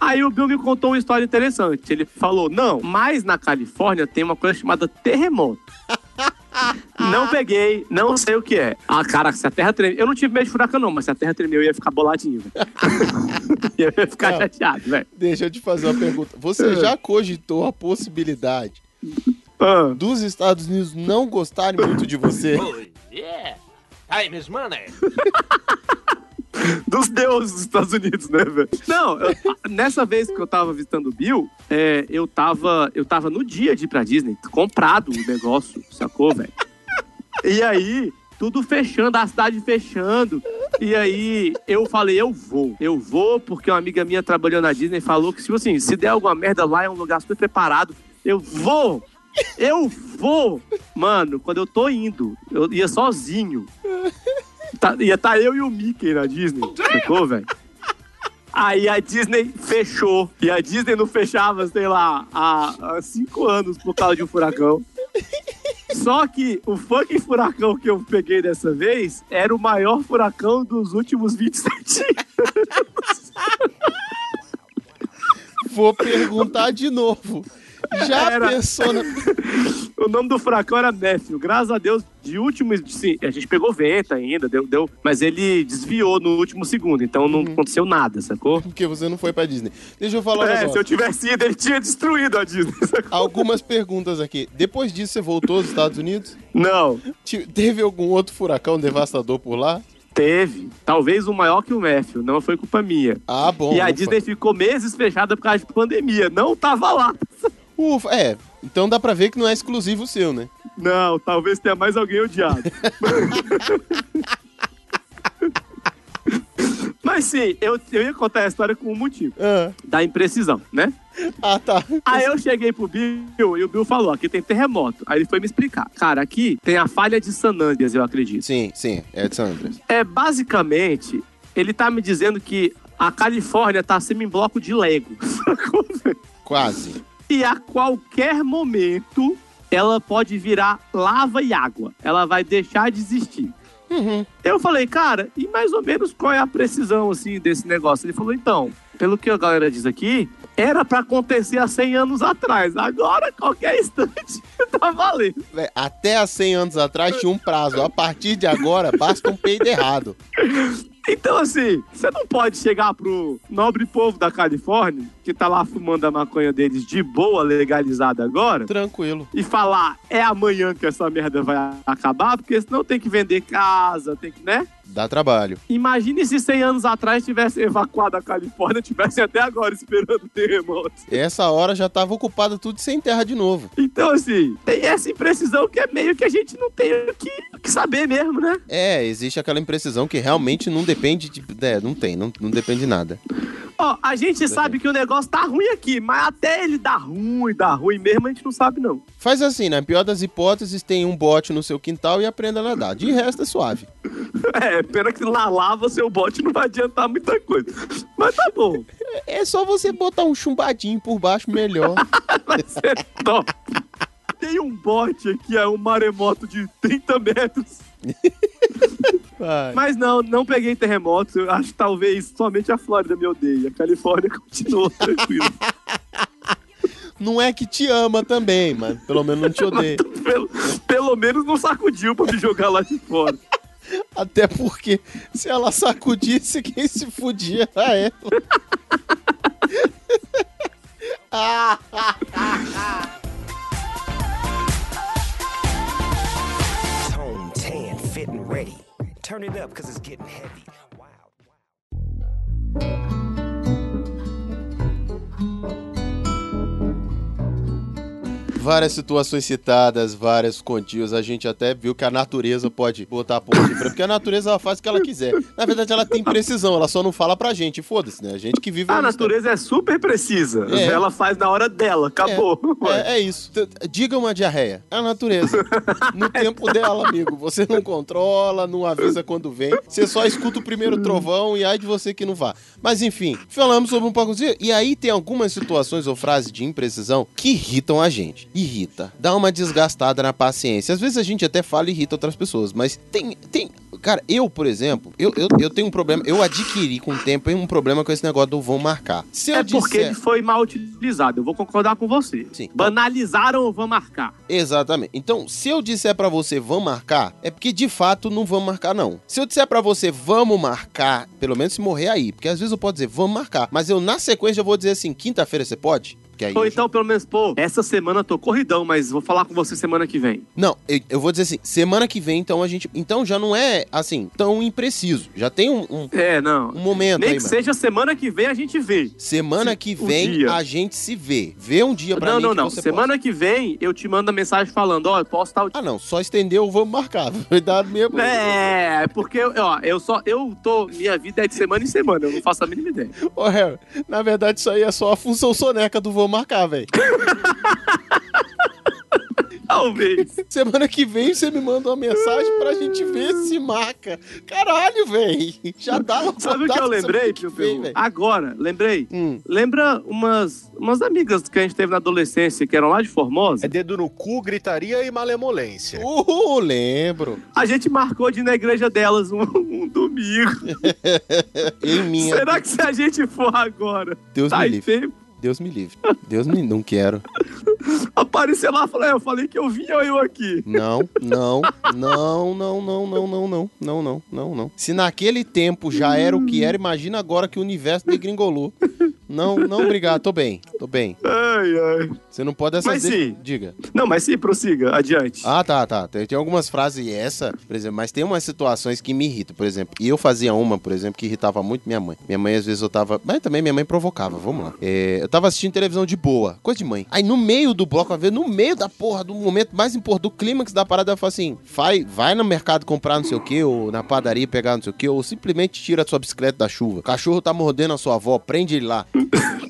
Speaker 2: Aí o Bill me contou uma história interessante. Ele falou: não, mas na Califórnia tem uma coisa chamada terremoto. Não peguei, não sei o que é. Ah, cara, se a terra tremeu. Eu não tive medo de furacão, não, mas se a terra tremeu, eu ia ficar boladinho, velho. eu ia ficar
Speaker 1: Não.
Speaker 2: chateado, velho.
Speaker 1: Deixa eu te fazer uma pergunta. Você
Speaker 2: É.
Speaker 1: já cogitou a possibilidade
Speaker 2: Ah,
Speaker 1: dos Estados Unidos não gostarem muito de você?
Speaker 3: Yeah. Aí, Miss Money.
Speaker 2: dos deuses dos Estados Unidos, né, velho? Não, eu- nessa vez que eu tava visitando o Bill, é, eu, tava, eu tava no dia de ir pra Disney, comprado o negócio, sacou, velho? E aí, tudo fechando, a cidade fechando. E aí, eu falei, eu vou. Eu vou porque uma amiga minha trabalhou na Disney falou que, tipo assim, se der alguma merda lá, é um lugar super preparado. Eu vou! Eu vou! Mano, quando eu tô indo, eu ia tá sozinho. Tá- ia estar eu e o Mickey na Disney, sacou, velho? Aí a Disney fechou. E a Disney não fechava, sei lá, há, há cinco anos por causa de um furacão. Só que o funk furacão que eu peguei dessa vez era o maior furacão dos últimos 27 anos.
Speaker 1: Vou perguntar de novo. Já
Speaker 2: Era.
Speaker 1: pensou na...
Speaker 2: O nome do furacão era Matthew. Graças a Deus, de último. Sim, a gente pegou vento ainda, deu, deu. Mas ele desviou no último segundo, então não aconteceu nada, sacou?
Speaker 1: Porque você não foi pra Disney. Deixa eu falar um
Speaker 2: É,
Speaker 1: negócio.
Speaker 2: se eu tivesse ido, ele tinha destruído a Disney, sacou?
Speaker 1: Algumas perguntas aqui. Depois disso, você voltou aos Estados Unidos?
Speaker 2: Não,
Speaker 1: Te- Teve algum outro furacão devastador por lá?
Speaker 2: teve. Talvez o maior que o Matthew, não foi culpa minha.
Speaker 1: Ah, bom.
Speaker 2: e a
Speaker 1: ufa.
Speaker 2: Disney ficou meses fechada por causa de pandemia. Não tava lá.
Speaker 1: Ufa, é. Então dá pra ver que não é exclusivo seu, né?
Speaker 2: Não, talvez tenha mais alguém odiado. Mas sim, eu, eu ia contar a história com um motivo.
Speaker 1: Ah,
Speaker 2: Da imprecisão, né?
Speaker 1: ah, tá.
Speaker 2: Aí eu cheguei pro Bill e o Bill falou: aqui tem terremoto. Aí ele foi me explicar. Cara, aqui tem a falha de San Andreas, eu acredito.
Speaker 1: Sim, sim. É de San Andreas.
Speaker 2: É basicamente, ele tá me dizendo que a Califórnia tá semi em bloco de Lego. sacou, velho?
Speaker 1: Quase.
Speaker 2: e a qualquer momento ela pode virar lava e água. Ela vai deixar de existir.
Speaker 1: Uhum.
Speaker 2: Eu falei, cara, e mais ou menos qual é a precisão assim desse negócio? Ele falou, então, pelo que a galera diz aqui, era pra acontecer há 100 anos atrás. Agora, qualquer instante, tá valendo.
Speaker 1: Vé, É, Até há 100 anos atrás tinha um prazo. A partir de agora, basta um peido errado.
Speaker 2: Então, assim, você não pode chegar pro nobre povo da Califórnia, que tá lá fumando a maconha deles de boa, legalizada agora,
Speaker 1: Tranquilo.
Speaker 2: e falar é amanhã que essa merda vai acabar, porque senão tem que vender casa, tem que, né?
Speaker 1: Dá trabalho.
Speaker 2: Imagine se 100 anos atrás tivesse evacuado a Califórnia, tivesse até agora esperando o terremoto.
Speaker 1: Essa hora já tava ocupada tudo sem terra de novo.
Speaker 2: Então, assim, tem essa imprecisão que é meio que a gente não tem o que, o que saber mesmo, né?
Speaker 1: É, existe aquela imprecisão que realmente não depende de. É, não tem, não, não depende de nada.
Speaker 2: Ó, a gente sabe que o negócio tá ruim aqui, mas até ele dar ruim, dar ruim mesmo, a gente não sabe, não.
Speaker 1: Faz assim, na pior das hipóteses, tem um bote no seu quintal e aprenda a nadar. De resto é suave.
Speaker 2: É, pena que na lava seu bote é não vai adiantar muita coisa. Mas tá bom,
Speaker 1: É só você botar um chumbadinho por baixo melhor.
Speaker 2: vai ser top. Tem um bote aqui, é um maremoto de 30 metros.
Speaker 1: Vai.
Speaker 2: Mas não, não peguei terremoto. Eu acho que talvez somente a Flórida me odeie. A Califórnia continua tranquila.
Speaker 1: Não é que te ama também, mas pelo menos não te odeia.
Speaker 2: pelo, pelo menos não sacudiu pra me jogar lá de fora.
Speaker 1: Até porque se ela sacudisse, quem se fudia era ela.
Speaker 6: Tone tan, fit and ready. Turn it up because it's getting heavy. Wow.
Speaker 1: Várias situações citadas, várias contias. A gente até viu que a natureza pode botar a ponte pra... Porque a natureza ela faz o que ela quiser. Na verdade, ela tem precisão. Ela só não fala pra gente. Foda-se, né? A gente que vive...
Speaker 2: A
Speaker 1: no
Speaker 2: natureza é super precisa.
Speaker 1: É.
Speaker 2: Ela faz na hora dela. Acabou.
Speaker 1: É, é isso. T- Diga uma diarreia. É a natureza. No tempo dela, amigo. Você não controla, não avisa quando vem. Você só escuta o primeiro trovão e ai de você que não vá. Mas enfim, falamos sobre um pouco de... E aí tem algumas situações ou frases de imprecisão que irritam a gente. Irrita. Dá uma desgastada na paciência. Às vezes a gente até fala e irrita outras pessoas, mas tem... tem... Cara, eu, por exemplo, eu, eu, eu tenho um problema. Eu adquiri com o tempo um problema com esse negócio do vão marcar. Se eu
Speaker 2: É porque
Speaker 1: disser-
Speaker 2: ele foi mal utilizado. Eu vou concordar com você.
Speaker 1: Sim.
Speaker 2: Banalizaram o Van Marcar.
Speaker 1: Exatamente. Então, se eu disser pra você vamos marcar, é porque de fato não vamos marcar não. Se eu disser pra você vamos marcar, pelo menos se morrer aí, porque às vezes eu posso dizer vamos marcar, mas eu na sequência eu vou dizer assim, quinta-feira você pode? Que aí
Speaker 2: Ou
Speaker 1: eu-
Speaker 2: então, pelo menos, pô, essa semana eu tô corridão, mas vou falar com você semana que vem.
Speaker 1: Não, eu, eu vou dizer assim, semana que vem então a gente, então já não é assim tão impreciso. Já tem um, um-
Speaker 2: É, não.
Speaker 1: um momento
Speaker 2: Nem
Speaker 1: aí,
Speaker 2: que
Speaker 1: mano.
Speaker 2: seja semana que vem a gente vê.
Speaker 1: Semana que
Speaker 2: um
Speaker 1: vem
Speaker 2: dia.
Speaker 1: a gente se vê. Vê um dia pra
Speaker 2: Não,
Speaker 1: mim
Speaker 2: não,
Speaker 1: que
Speaker 2: não.
Speaker 1: você
Speaker 2: Semana que vem eu te mando a mensagem falando, ó, eu posso estar.
Speaker 1: possa. Ah, não, só estendeu o vamos marcar. Cuidado mesmo.
Speaker 2: É, porque, ó, eu só. Eu tô. Minha vida é de semana em semana, eu não faço a mínima ideia.
Speaker 1: Ô, Harry, na verdade isso aí é só a função soneca do vou marcar, velho.
Speaker 2: Talvez.
Speaker 1: Semana que vem você me manda uma mensagem pra gente ver se marca. Caralho, véi. Já dá uma
Speaker 2: Sabe o que eu
Speaker 1: rodada
Speaker 2: lembrei,
Speaker 1: semana que
Speaker 2: meu
Speaker 1: vem,
Speaker 2: filho?
Speaker 1: véi.
Speaker 2: Agora, lembrei.
Speaker 1: Hum.
Speaker 2: Lembra umas, umas amigas que a gente teve na adolescência, que eram lá de Formosa?
Speaker 5: É dedo no cu, gritaria e malemolência.
Speaker 1: Uhul, Uh, lembro.
Speaker 2: A gente marcou de ir na igreja delas um, um domingo.
Speaker 1: Em minha.
Speaker 2: Será que se a gente for agora,
Speaker 1: Deus
Speaker 2: tá
Speaker 1: me
Speaker 2: em
Speaker 1: livre.
Speaker 2: tempo?
Speaker 1: Deus me livre. Deus me. Não quero.
Speaker 2: Aparecer lá e falar, "É, eu falei que eu vinha eu aqui.
Speaker 1: Não, não, não, não, não, não, não, não, não, não, não, não. Se naquele tempo já era o que era, imagina agora que o universo degringolou. Não, não, obrigado, tô bem, tô bem.
Speaker 2: Ai, ai.
Speaker 1: Você não pode essa
Speaker 2: Mas
Speaker 1: de-
Speaker 2: sim.
Speaker 1: Diga.
Speaker 2: Não, mas sim, prossiga, adiante.
Speaker 1: Ah, tá, tá. Tem, tem algumas frases e essa, por exemplo, mas tem umas situações que me irritam, por exemplo. E eu fazia uma, por exemplo, que irritava muito minha mãe. Minha mãe, às vezes, eu tava. Mas também minha mãe provocava, vamos lá. É, eu tava assistindo televisão de boa, coisa de mãe. Aí no meio do bloco, às vezes, no meio da porra, do momento mais importante, do clímax da parada, ela fala assim: vai, vai no mercado comprar não sei o que, ou na padaria pegar não sei o que, ou simplesmente tira a sua bicicleta da chuva. O cachorro tá mordendo a sua avó, prende ele lá.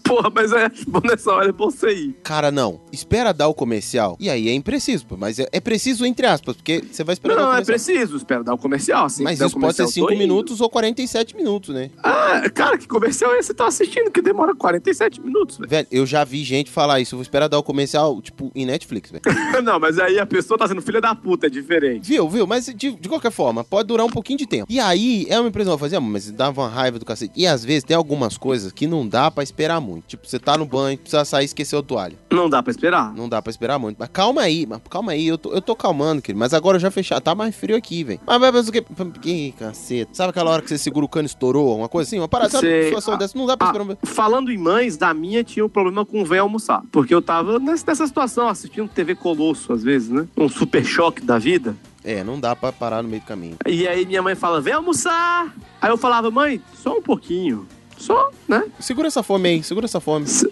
Speaker 2: Porra, mas é bom nessa hora é bom você ir.
Speaker 1: Cara, não. Espera dar o comercial. E aí é impreciso, pô, mas é, é preciso entre aspas, porque você vai
Speaker 2: Não,
Speaker 1: esperar dar o
Speaker 2: é
Speaker 1: comercial.
Speaker 2: preciso, espera, dar o comercial. Assim,
Speaker 1: Mas
Speaker 2: der o
Speaker 1: isso pode ser
Speaker 2: comercial,
Speaker 1: 5
Speaker 2: tô indo.
Speaker 1: minutos ou 47 minutos, né?
Speaker 2: Ah, cara, que comercial é esse que tá assistindo que demora 47 minutos, velho?
Speaker 1: Velho, eu já vi gente falar isso. Eu vou esperar dar o comercial, tipo, em Netflix, velho.
Speaker 2: Não, mas aí a pessoa tá sendo filha da puta, é diferente.
Speaker 1: Viu, viu? Mas de, de qualquer forma, pode durar um pouquinho de tempo. E aí, é uma impressão. Eu fazia, mas dava uma raiva do cacete. E às vezes tem algumas coisas que não dá pra esperar muito. Tipo, você tá no banho, precisa sair e esqueceu a toalha.
Speaker 2: Não dá pra esperar.
Speaker 1: Não dá pra esperar muito. Mas calma aí, mas calma aí. Eu tô, eu tô calmando, querido. Mas agora eu já fechar. Tá mais frio aqui, velho. Mas vai fazer o quê? Que caceta. Sabe aquela hora que você segura o cano e estourou? Uma coisa assim? Uma parada. Sabe
Speaker 2: Sei.
Speaker 1: uma situação
Speaker 2: Ah,
Speaker 1: dessa? Não dá pra
Speaker 2: Ah,
Speaker 1: esperar um.
Speaker 2: falando em mães, da minha tinha um problema com o véio almoçar. Porque eu tava nessa nessa situação, assistindo TV Colosso, às vezes, né? Um super choque da vida.
Speaker 1: É, não dá pra parar no meio do caminho.
Speaker 2: E aí minha mãe fala, vem almoçar! Aí eu falava, mãe, só um pouquinho. Só, né?
Speaker 1: Segura essa fome aí, segura essa fome.
Speaker 2: Se,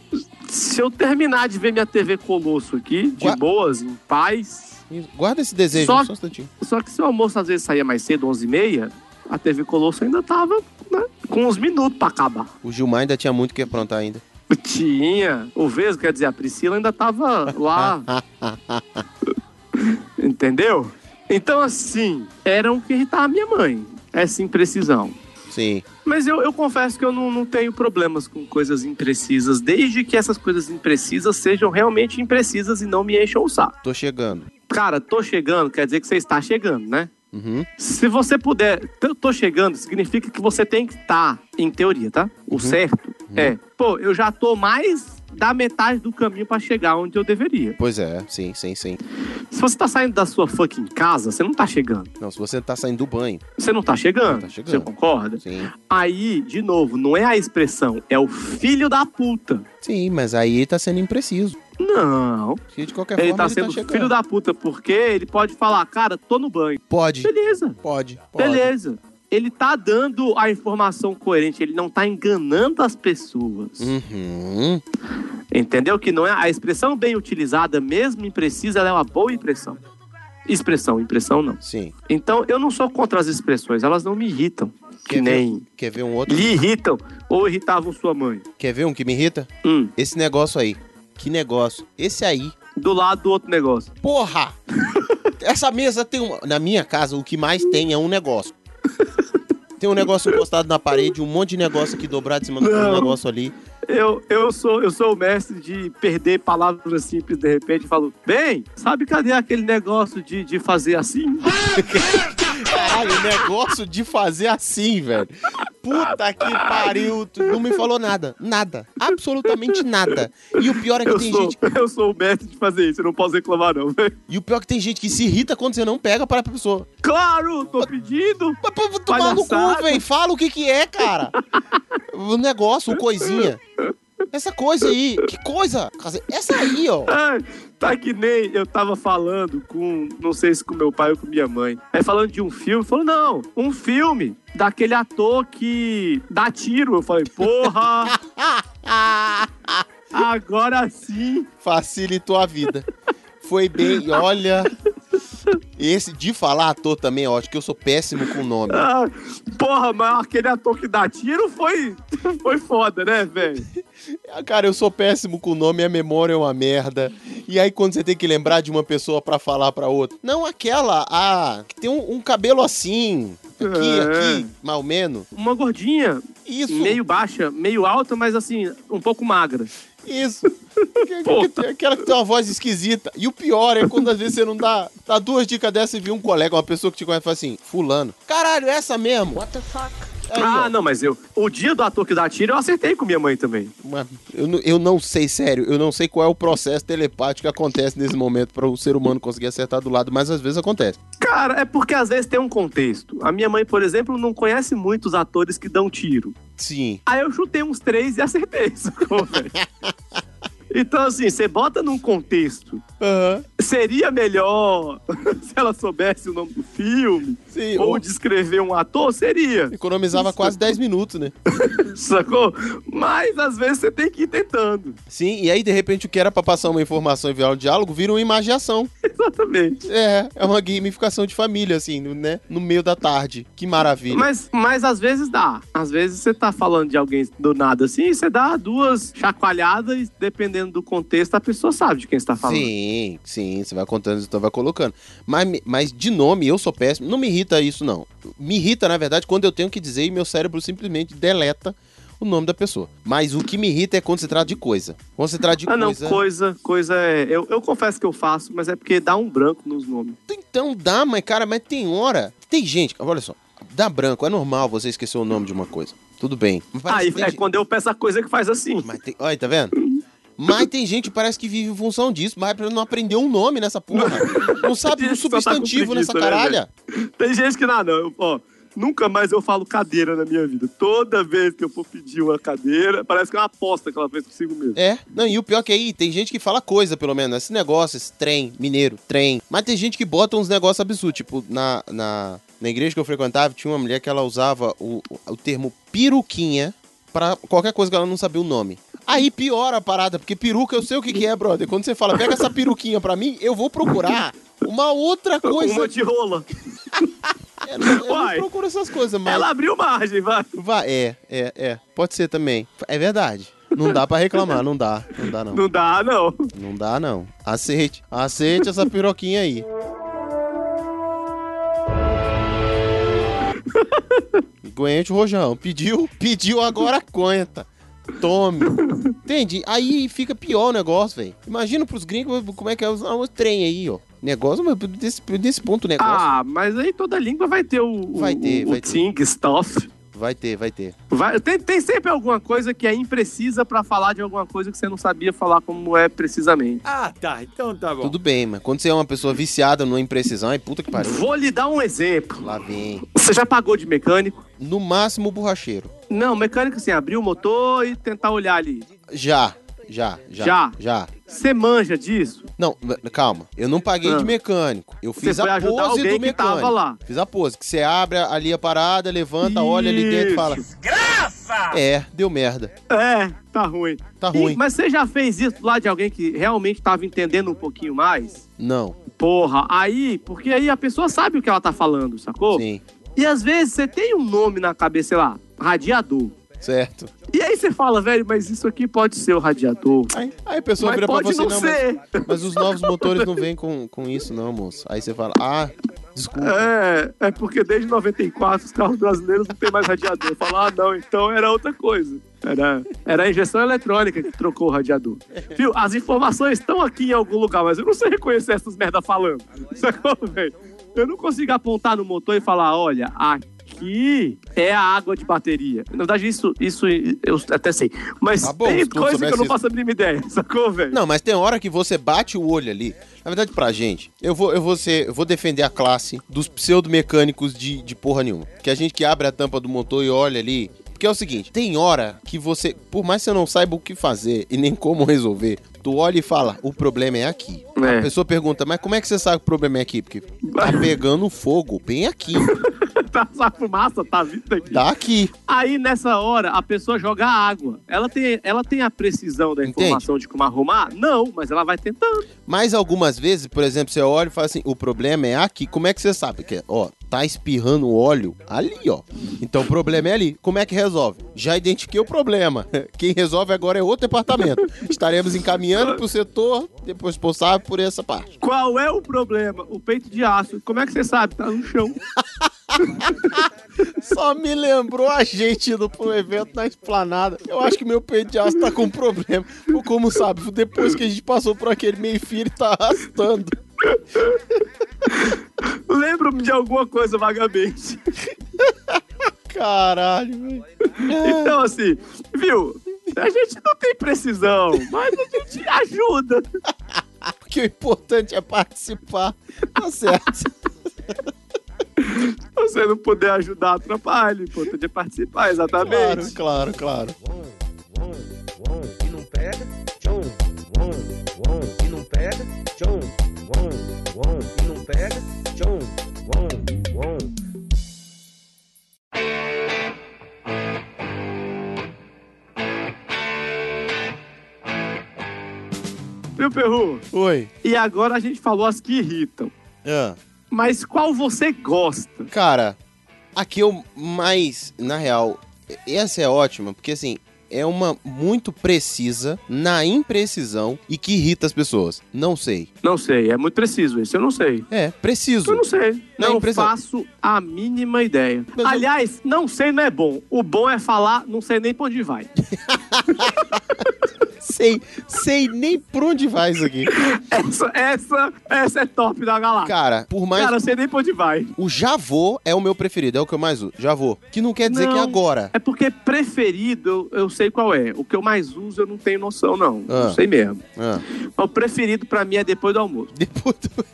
Speaker 2: se eu terminar de ver minha TV Colosso aqui, de
Speaker 1: Qua-
Speaker 2: boas, em paz.
Speaker 1: Isso. Guarda esse desejo, só,
Speaker 2: Só-
Speaker 1: um instantinho.
Speaker 2: Só que se o almoço às vezes saía mais cedo, 11h30, a TV Colosso ainda tava, né? Com uns minutos pra acabar.
Speaker 1: O Gilmar ainda tinha muito que aprontar ainda.
Speaker 2: Tinha. O Vesgo, quer dizer, a Priscila ainda tava lá. Entendeu? Então, assim, era o que irritava a minha mãe. Essa imprecisão.
Speaker 1: Sim.
Speaker 2: Mas eu, eu confesso que eu não, não tenho problemas com coisas imprecisas, desde que essas coisas imprecisas sejam realmente imprecisas e não me encham o saco.
Speaker 1: Tô chegando.
Speaker 2: Cara, tô chegando, quer dizer que você está chegando, né?
Speaker 1: Uhum.
Speaker 2: Se você puder, t- tô chegando, significa que você tem que estar, em teoria, tá? O
Speaker 1: Uhum.
Speaker 2: certo é, pô, eu já tô mais da metade do caminho pra chegar onde eu deveria.
Speaker 1: Pois é, sim, sim, sim.
Speaker 2: Se você tá saindo da sua fucking casa, você não tá chegando.
Speaker 1: Não, se você tá saindo do banho,
Speaker 2: Você não tá chegando.
Speaker 1: Tá chegando.
Speaker 2: Você concorda?
Speaker 1: sim.
Speaker 2: Aí, de novo, não é a expressão, é o filho da puta.
Speaker 1: Sim, mas aí ele tá sendo impreciso.
Speaker 2: Não.
Speaker 1: Porque de qualquer
Speaker 2: Ele
Speaker 1: forma
Speaker 2: tá
Speaker 1: ele
Speaker 2: sendo
Speaker 1: tá chegando.
Speaker 2: filho da puta porque ele pode falar, cara, tô no banho.
Speaker 1: Pode,
Speaker 2: Beleza.
Speaker 1: pode, pode.
Speaker 2: Beleza. Ele tá dando a informação coerente, ele não tá enganando as pessoas.
Speaker 1: Uhum.
Speaker 2: Entendeu? Que não é a expressão bem utilizada, mesmo imprecisa, ela é uma boa impressão. Expressão, impressão não.
Speaker 1: Sim.
Speaker 2: Então, eu não sou contra as expressões, elas não me irritam. Que
Speaker 1: Quer
Speaker 2: nem
Speaker 1: ver, quer ver um outro?
Speaker 2: lhe irritam ou irritavam sua mãe.
Speaker 1: Quer ver um que me irrita?
Speaker 2: Hum,
Speaker 1: Esse negócio aí. Que negócio? Esse aí.
Speaker 2: do lado do outro negócio.
Speaker 1: Porra! Essa mesa tem uma. Na minha casa, o que mais tem é um negócio. Tem um negócio encostado na parede, um monte de negócio aqui dobrado em cima do
Speaker 2: Não.
Speaker 1: um negócio ali.
Speaker 2: Eu, eu, sou, eu sou o mestre de perder palavras simples de repente e falo, bem, sabe cadê aquele negócio de, de fazer assim?
Speaker 1: Caralho, o negócio de fazer assim, velho. Puta que pariu. Tu não me falou nada. Nada. Absolutamente nada. E o pior é que
Speaker 2: Eu
Speaker 1: tem
Speaker 2: sou,
Speaker 1: gente.
Speaker 2: eu sou o mestre de fazer isso, eu não posso reclamar, não.
Speaker 1: E o pior é que tem gente que se irrita quando você não pega para a pessoa.
Speaker 2: Claro, tô pedindo.
Speaker 1: Mas pô, vou tomar no cu,
Speaker 2: Palhaçada.
Speaker 1: velho. Fala o que que é, cara. O negócio, o coisinha. Essa coisa aí. Que coisa? Essa aí, ó.
Speaker 2: Ai, tá que nem eu tava falando com, não sei se com meu pai ou com minha mãe. Aí falando de um filme, falou, não, um filme daquele ator que dá tiro. Eu falei, porra, agora sim.
Speaker 1: Facilitou a vida. Foi bem, e olha. Esse de falar ator também, eu acho que eu sou péssimo com nome.
Speaker 2: Ah, porra, mas aquele ator que dá tiro foi, foi foda, né, velho?
Speaker 1: Ah, Cara, eu sou péssimo com nome, a memória é uma merda. E aí quando você tem que lembrar de uma pessoa pra falar pra outra. Não aquela, a que tem um, um cabelo assim, aqui,
Speaker 2: É.
Speaker 1: aqui, mal menos.
Speaker 2: Uma gordinha,
Speaker 1: Isso,
Speaker 2: meio baixa, meio alta, mas assim, um pouco magra.
Speaker 1: isso. Aquela que tem- Aquela que tem uma voz esquisita. E o pior é quando às vezes você não dá, dá duas dicas dessa e vê um colega, uma pessoa que te conhece e fala assim, fulano. Caralho, é essa mesmo?
Speaker 7: What the fuck?
Speaker 1: Aí,
Speaker 2: ah,
Speaker 1: ó,
Speaker 2: não, mas eu. O dia do ator que dá tiro, eu acertei com minha mãe também.
Speaker 1: Mano, eu, não- eu não sei, sério, eu não sei qual é o processo telepático que acontece nesse momento pra o ser humano conseguir acertar do lado, mas às vezes acontece.
Speaker 2: Cara, é porque às vezes tem um contexto. A minha mãe, por exemplo, não conhece muito os atores que dão tiro.
Speaker 1: Sim.
Speaker 2: Aí eu chutei uns três e acertei, sacou, velho? Então, assim, você bota num contexto.
Speaker 1: Aham.
Speaker 2: Seria melhor se ela soubesse o nome do filme
Speaker 1: Sim,
Speaker 2: ou
Speaker 1: ou-
Speaker 2: descrever um ator? Seria,
Speaker 1: Economizava quase 10 minutos, né?
Speaker 2: sacou? Mas às vezes você tem que ir tentando.
Speaker 1: Sim, e aí de repente o que era pra passar uma informação e virar um diálogo vira uma imagiação.
Speaker 2: Exatamente.
Speaker 1: É, é uma gamificação de família, assim, no- né? No meio da tarde. Que maravilha.
Speaker 2: Mas, mas às vezes dá. Às vezes você tá falando de alguém do nada assim, e você dá duas chacoalhadas, e dependendo do contexto, a pessoa sabe de quem você tá falando.
Speaker 1: Sim, sim, você vai contando, você vai colocando. Mas, me- mas de nome, eu sou péssimo. Não me irrita isso, não. Me irrita, na verdade, quando eu tenho que dizer e meu cérebro simplesmente deleta o nome da pessoa. Mas o que me irrita é quando se trata de coisa. Quando se trata de
Speaker 2: ah, não,
Speaker 1: coisa.
Speaker 2: coisa, coisa, é. Eu, eu confesso que eu faço, mas é porque dá um branco nos nomes.
Speaker 1: Então dá, mas cara, mas tem hora. Tem gente, olha só, dá branco, é normal você esquecer o nome de uma coisa. Tudo bem. Mas parece
Speaker 2: Aí
Speaker 1: que tem
Speaker 2: é
Speaker 1: gente-
Speaker 2: quando eu peço a coisa que faz assim.
Speaker 1: mas tem- Olha, tá vendo? Mas tem gente que parece que vive em função disso, mas não aprendeu um nome nessa porra. Não sabe
Speaker 2: Isso,
Speaker 1: um
Speaker 2: só tá com
Speaker 1: substantivo nessa
Speaker 2: preguiça, né,
Speaker 1: caralha.
Speaker 2: Tem gente que, não, não, eu, ó, nunca mais eu falo cadeira na minha vida. Toda vez que eu for pedir uma cadeira, parece que é uma aposta que ela fez consigo mesmo.
Speaker 1: É, não, e o pior que aí tem gente que fala coisa, pelo menos, né? esse negócio, esse trem, mineiro, trem. Mas tem gente que bota uns negócios absurdos, tipo, na, na, na igreja que eu frequentava, tinha uma mulher que ela usava o, o termo peruquinha pra qualquer coisa que ela não sabia o nome. Aí piora a parada, porque peruca eu sei o que, que é, brother. Quando você fala, pega essa peruquinha pra mim, eu vou procurar uma outra É coisa.
Speaker 2: Uma de rola.
Speaker 1: Eu, não- eu não
Speaker 2: Um Uai.
Speaker 1: procuro essas coisas, mas...
Speaker 2: Ela abriu margem, vai.
Speaker 1: Vai, é, é, é. Pode ser também. É verdade. Não dá pra reclamar, não dá. Não dá, não.
Speaker 2: Não dá, não.
Speaker 1: Não dá, não. Aceite. Aceite essa piroquinha aí. Aguente o rojão. Pediu, pediu, agora conta. Tome. Entende? Aí fica pior o negócio, velho. Imagina pros gringos como é que é usar um trem aí, ó. Negócio, mas desse, desse ponto o negócio.
Speaker 2: Ah, mas aí toda língua vai ter o, o,
Speaker 1: Vai ter,
Speaker 2: o
Speaker 1: vai ter.
Speaker 2: ting, stuff.
Speaker 1: Vai ter, vai ter.
Speaker 2: Vai- tem, tem sempre alguma coisa que é imprecisa pra falar de alguma coisa que você não sabia falar como é precisamente.
Speaker 8: Ah, tá. Então tá bom.
Speaker 1: Tudo bem, mas quando você é uma pessoa viciada numa imprecisão, aí puta que pariu.
Speaker 2: Vou lhe dar um exemplo.
Speaker 1: Lá vem.
Speaker 2: Você já pagou de mecânico?
Speaker 1: No máximo, borracheiro.
Speaker 2: Não, mecânico assim, abrir o motor e tentar olhar ali.
Speaker 1: Já, já, já.
Speaker 2: Já.
Speaker 1: Já.
Speaker 2: Você manja disso?
Speaker 1: Não, n- calma. Eu não paguei
Speaker 2: Ah.
Speaker 1: de mecânico. Eu fiz
Speaker 2: Você foi
Speaker 1: a
Speaker 2: ajudar
Speaker 1: pose do
Speaker 2: alguém que
Speaker 1: mecânico.
Speaker 2: tava lá.
Speaker 1: Fiz a pose. Que você abre ali a parada, levanta, olha ali dentro e fala.
Speaker 2: Isso.
Speaker 1: É, deu merda.
Speaker 2: É, tá ruim.
Speaker 1: Tá
Speaker 2: Ih,
Speaker 1: ruim.
Speaker 2: mas você já fez isso lá de alguém que realmente tava entendendo um pouquinho mais?
Speaker 1: Não,
Speaker 2: Porra, aí, porque aí a pessoa sabe o que ela tá falando, sacou?
Speaker 1: sim.
Speaker 2: E às vezes você tem um nome na cabeça, sei lá, radiador.
Speaker 1: Certo.
Speaker 2: E aí você fala, velho, mas isso aqui pode ser o radiador.
Speaker 1: Aí, aí a pessoa
Speaker 2: mas
Speaker 1: vira pra
Speaker 2: pode
Speaker 1: você,
Speaker 2: não,
Speaker 1: não, mas,
Speaker 2: ser.
Speaker 1: mas os novos motores não vêm com, com isso, não, moço. Aí você fala, ah, desculpa.
Speaker 2: É, é porque desde 94 os carros brasileiros não tem mais radiador. Falar, ah, não, então era outra coisa. Era, era a injeção eletrônica que trocou o radiador. Viu? As informações estão aqui em algum lugar, mas eu não sei reconhecer essas merda falando. Sacou, velho? Eu não consigo apontar no motor e falar, olha, aqui é a água de bateria. Na verdade, isso, isso eu até sei. Mas
Speaker 1: Tá bom,
Speaker 2: tem
Speaker 1: se tu
Speaker 2: coisa que eu não
Speaker 1: soubesse
Speaker 2: faço a mínima ideia, sacou, velho?
Speaker 1: Não, mas tem hora que você bate o olho ali. Na verdade, pra gente, eu vou, eu vou, ser, eu vou defender a classe dos pseudomecânicos de, de porra nenhuma. Que a gente que abre a tampa do motor e olha ali. Porque é o seguinte, tem hora que você, por mais que você não saiba o que fazer e nem como resolver, tu olha e fala, o problema é aqui.
Speaker 2: É.
Speaker 1: A pessoa pergunta, mas como é que você sabe que o problema é aqui? Porque tá pegando fogo bem aqui.
Speaker 2: tá, a fumaça tá vindo aqui.
Speaker 1: Tá aqui.
Speaker 2: Aí, nessa hora, a pessoa joga água. Ela tem, ela tem a precisão da
Speaker 1: Entende?
Speaker 2: informação de como arrumar? Não, mas ela vai tentando.
Speaker 1: Mas algumas vezes, por exemplo, você olha e fala assim: o problema é aqui. Como é que você sabe? Que, ó, tá espirrando óleo ali, ó. Então o problema é ali. Como é que resolve? Já identifiquei o problema. Quem resolve agora é outro departamento. Estaremos encaminhando pro setor depois responsável por essa parte.
Speaker 2: Qual é o problema? O peito de aço. Como é que você sabe? Tá no chão.
Speaker 1: Só me lembrou a gente indo pro evento na esplanada. Eu acho que meu peito de aço tá com problema. Ou como sabe, depois que a gente passou por aquele meio-fio, ele tá arrastando.
Speaker 2: Lembro-me de alguma coisa vagamente.
Speaker 1: Caralho, velho. É.
Speaker 2: Então, assim, viu? A gente não tem precisão, mas a gente ajuda.
Speaker 1: Porque o importante é participar. Tá certo.
Speaker 2: Se você não puder ajudar, atrapalhe. O importante é participar, exatamente.
Speaker 1: Claro, claro, claro.
Speaker 2: Viu, Perru?
Speaker 1: Oi.
Speaker 2: E agora a gente falou as que irritam.
Speaker 1: Ah,
Speaker 2: Mas qual você gosta?
Speaker 1: cara, aqui eu mais, na real, essa é ótima, porque assim, é uma muito precisa, na imprecisão, e que irrita as pessoas. Não sei.
Speaker 2: Não sei, é muito preciso isso, eu não sei.
Speaker 1: É, preciso.
Speaker 2: Eu não sei.
Speaker 1: Não,
Speaker 2: Não
Speaker 1: impressão.
Speaker 2: faço a mínima ideia.
Speaker 1: Mas eu-
Speaker 2: Aliás, não sei não é bom. O bom é falar, não sei nem pra onde vai.
Speaker 1: Sei, sei nem por onde vai isso aqui.
Speaker 2: Essa, essa, essa é top da galáxia.
Speaker 1: Cara, por mais.
Speaker 2: Cara, eu sei nem pra onde vai.
Speaker 1: O já vou é o meu preferido, é o que eu mais uso. Já vou. Que não quer dizer
Speaker 2: Não.
Speaker 1: que é agora.
Speaker 2: É porque preferido, eu, eu sei qual é. O que eu mais uso, eu não tenho noção, não.
Speaker 1: Ah.
Speaker 2: Não sei mesmo.
Speaker 1: Ah,
Speaker 2: Mas o preferido pra mim é depois do almoço.
Speaker 1: depois do...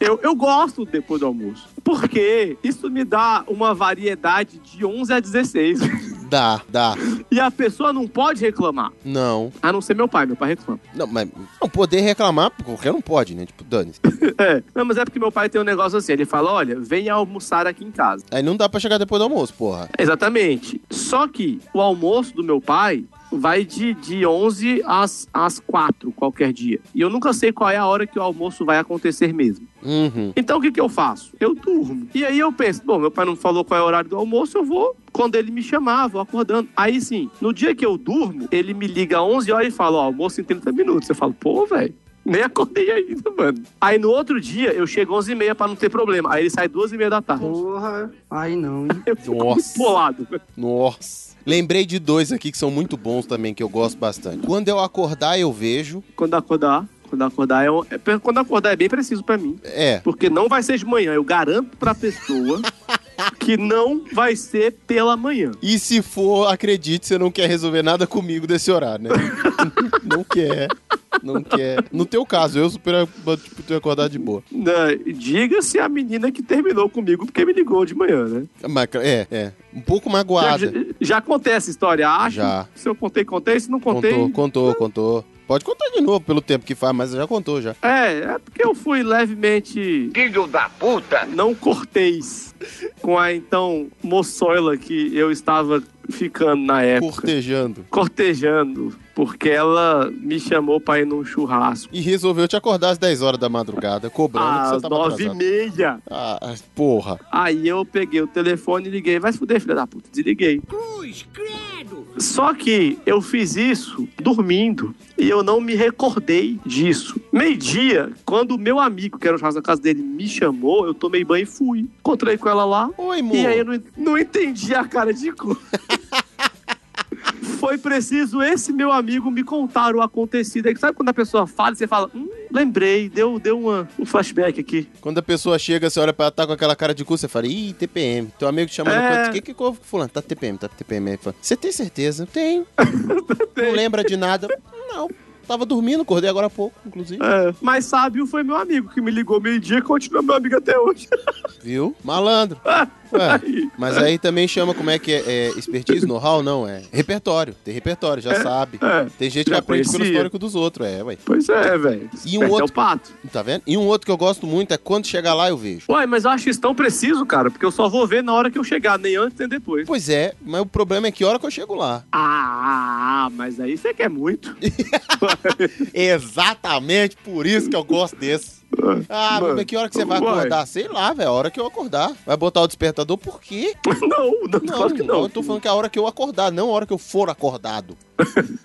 Speaker 2: Eu, eu gosto do depois do almoço. Porque isso me dá uma variedade de 11 a 16.
Speaker 1: Dá, dá.
Speaker 2: e a pessoa não pode reclamar.
Speaker 1: Não.
Speaker 2: A não ser meu pai, meu pai reclama.
Speaker 1: Não, mas não poder reclamar, qualquer um pode, né? Tipo, dane -se.
Speaker 2: É, não, mas é porque meu pai tem um negócio assim, ele fala, olha, venha almoçar aqui em casa.
Speaker 1: Aí não dá pra chegar depois do almoço, porra.
Speaker 2: Exatamente. Só que o almoço do meu pai vai de, de 11 às, às 4 qualquer dia. E eu nunca sei qual é a hora que o almoço vai acontecer mesmo.
Speaker 1: Uhum.
Speaker 2: Então o que, que eu faço? Eu durmo. E aí eu penso, bom, meu pai não falou qual é o horário do almoço, eu vou quando ele me chamar, vou acordando. Aí sim, no dia que eu durmo, ele me liga às 11 horas e fala, ó, almoço em 30 minutos. Eu falo, pô, velho. Nem acordei ainda, mano. Aí no outro dia, eu chego 11h30 pra não ter problema. Aí ele sai 2h30 da tarde.
Speaker 7: Porra, aí não, hein?
Speaker 2: Eu fico
Speaker 1: Nossa.
Speaker 2: muito bolado.
Speaker 1: Nossa. Lembrei de dois aqui que são muito bons também, que eu gosto bastante. Quando eu acordar, eu vejo.
Speaker 2: Quando acordar, quando acordar é, um- é per- quando acordar é bem preciso pra mim,
Speaker 1: É.
Speaker 2: porque não vai ser de manhã, eu garanto pra pessoa que não vai ser pela manhã.
Speaker 1: E se for, acredite, você não quer resolver nada comigo desse horário, né? não quer. Não quer. No teu caso, eu super tipo, tenho acordado de boa.
Speaker 2: Né, Diga-se a menina que terminou comigo porque me ligou de manhã, né?
Speaker 1: Mas, é, é. Um pouco
Speaker 2: Já,
Speaker 1: magoada.
Speaker 2: já, já contei essa história, acho.
Speaker 1: Já.
Speaker 2: Se eu contei, contei. Se não contei.
Speaker 1: Contou, contou, contou. Pode contar de novo pelo tempo que faz, mas já contou já.
Speaker 2: É, é porque eu fui levemente. Filho da puta! Não cortês com a então moçoila que eu estava ficando na época.
Speaker 1: Cortejando.
Speaker 2: cortejando, porque ela me chamou pra ir num churrasco.
Speaker 1: E resolveu te acordar às 10 horas da madrugada, cobrando que
Speaker 2: Às
Speaker 1: você tava
Speaker 2: nove e
Speaker 1: atrasado.
Speaker 2: meia.
Speaker 1: Ah, porra.
Speaker 2: Aí eu peguei o telefone e liguei. Vai se fuder, filha da puta. Desliguei. Só que eu fiz isso dormindo e eu não me recordei disso. Meio-dia, quando o meu amigo, que era o churrasco na casa dele, me chamou, eu tomei banho e fui. Encontrei com ela lá.
Speaker 1: Oi,
Speaker 2: E aí eu
Speaker 1: amor.
Speaker 2: não, não entendi a cara de cu. Foi preciso esse meu amigo me contar o acontecido. É que Sabe quando a pessoa fala e você fala, hum, lembrei, deu, deu uma, um flashback aqui.
Speaker 1: Quando a pessoa chega, você olha pra ela, tá com aquela cara de cu, você fala, ih, TPM. Teu amigo te chama no
Speaker 2: É.
Speaker 1: canto, que que houve com fulano? Tá TPM, tá TPM. Aí fala, você tem certeza? Tenho. não lembra de nada? Não. Tava dormindo, acordei agora há pouco, inclusive.
Speaker 2: É, mas sábio foi meu amigo que me ligou meio-dia e continua meu amigo até hoje.
Speaker 1: Viu? Malandro. Ué, mas aí também chama como é que é, é expertise, know-how, não, é repertório. Tem repertório, já sabe.
Speaker 2: é.
Speaker 1: Tem gente que
Speaker 2: Já
Speaker 1: aprende pelo
Speaker 2: conhecia.
Speaker 1: histórico dos outros, é, ué.
Speaker 2: Pois é, velho.
Speaker 1: E um
Speaker 2: Esperto é
Speaker 1: outro-
Speaker 2: o pato.
Speaker 1: Tá vendo? E um outro que eu gosto muito é quando chegar lá eu vejo.
Speaker 2: Uai, mas eu acho isso tão preciso, cara, porque eu só vou ver na hora que eu chegar, nem antes nem depois.
Speaker 1: Pois é, mas o problema é que hora que eu chego lá.
Speaker 2: Ah, mas aí você quer muito.
Speaker 1: Exatamente por isso que eu gosto desse. Ah,
Speaker 2: Mano,
Speaker 1: mas que hora que você vai
Speaker 2: uai.
Speaker 1: acordar? Sei lá, velho, a hora que eu acordar. Vai botar o despertador por quê?
Speaker 2: não, não, claro que não.
Speaker 1: Eu tô falando que é a hora que eu acordar, não a hora que eu for acordado.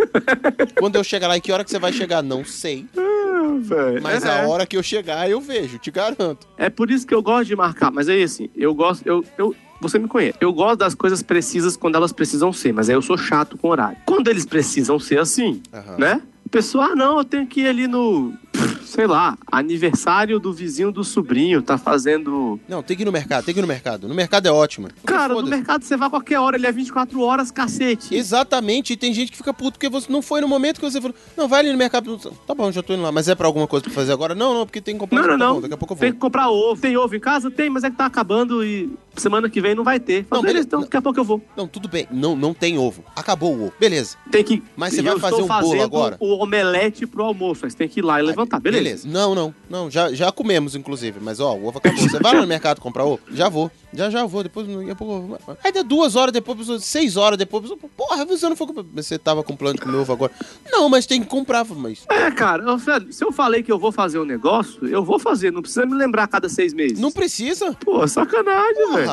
Speaker 1: Quando eu chegar lá, e que hora que você vai chegar? Não sei.
Speaker 2: Ah, velho.
Speaker 1: Mas
Speaker 2: é,
Speaker 1: a hora que eu chegar, eu vejo, te garanto.
Speaker 2: é por isso que eu gosto de marcar, mas aí assim, eu gosto, eu, eu, você me conhece, eu gosto das coisas precisas quando elas precisam ser, mas aí eu sou chato com horário. Quando eles precisam ser assim,
Speaker 1: Aham.
Speaker 2: né? O pessoal, ah, não, eu tenho que ir ali no, pff, sei lá, aniversário do vizinho do sobrinho, tá fazendo
Speaker 1: Não, tem que ir no mercado, tem que ir no mercado. No mercado é ótimo.
Speaker 2: Cara, no
Speaker 1: Foda-se.
Speaker 2: mercado você vai a qualquer hora, ele é 24 horas, cacete.
Speaker 1: Exatamente, e tem gente que fica puto porque você não foi no momento que você falou, não, vai ali no mercado. Tá bom, já tô indo lá, mas é pra alguma coisa pra fazer agora? Não, não, porque tem que comprar.
Speaker 2: Não, não,
Speaker 1: Tá
Speaker 2: não.
Speaker 1: bom, daqui a pouco eu vou.
Speaker 2: Tem que comprar ovo. Tem ovo em casa? Tem, mas é que tá acabando e semana que vem não vai ter.
Speaker 1: Não,
Speaker 2: Fala,
Speaker 1: beleza.
Speaker 2: beleza, então daqui a pouco eu vou.
Speaker 1: Não, tudo bem. Não, não tem ovo. Acabou o ovo. Beleza.
Speaker 2: Tem que.
Speaker 1: Mas você
Speaker 2: e
Speaker 1: vai
Speaker 2: eu
Speaker 1: fazer
Speaker 2: estou
Speaker 1: um bolo
Speaker 2: fazendo
Speaker 1: agora?
Speaker 2: O omelete pro almoço. Aí você tem que ir lá e levantar, beleza?
Speaker 1: Não, não, não. Já, já comemos, inclusive. Mas, ó, o ovo acabou. Você vai lá no mercado comprar ovo? Já vou. Já, já vou. Depois, daqui a pouco eu vou. Aí deu duas horas depois, pessoa- seis horas depois. pessoa, Porra, você não foi comprar. Mas você tava com plano de comer ovo agora. Não, mas tem que comprar. Mas
Speaker 2: É, cara, eu- velho, se eu falei que eu vou fazer um negócio, eu vou fazer. Não precisa me lembrar a cada seis meses.
Speaker 1: não precisa.
Speaker 2: Pô, sacanagem,
Speaker 1: Porra.
Speaker 2: velho.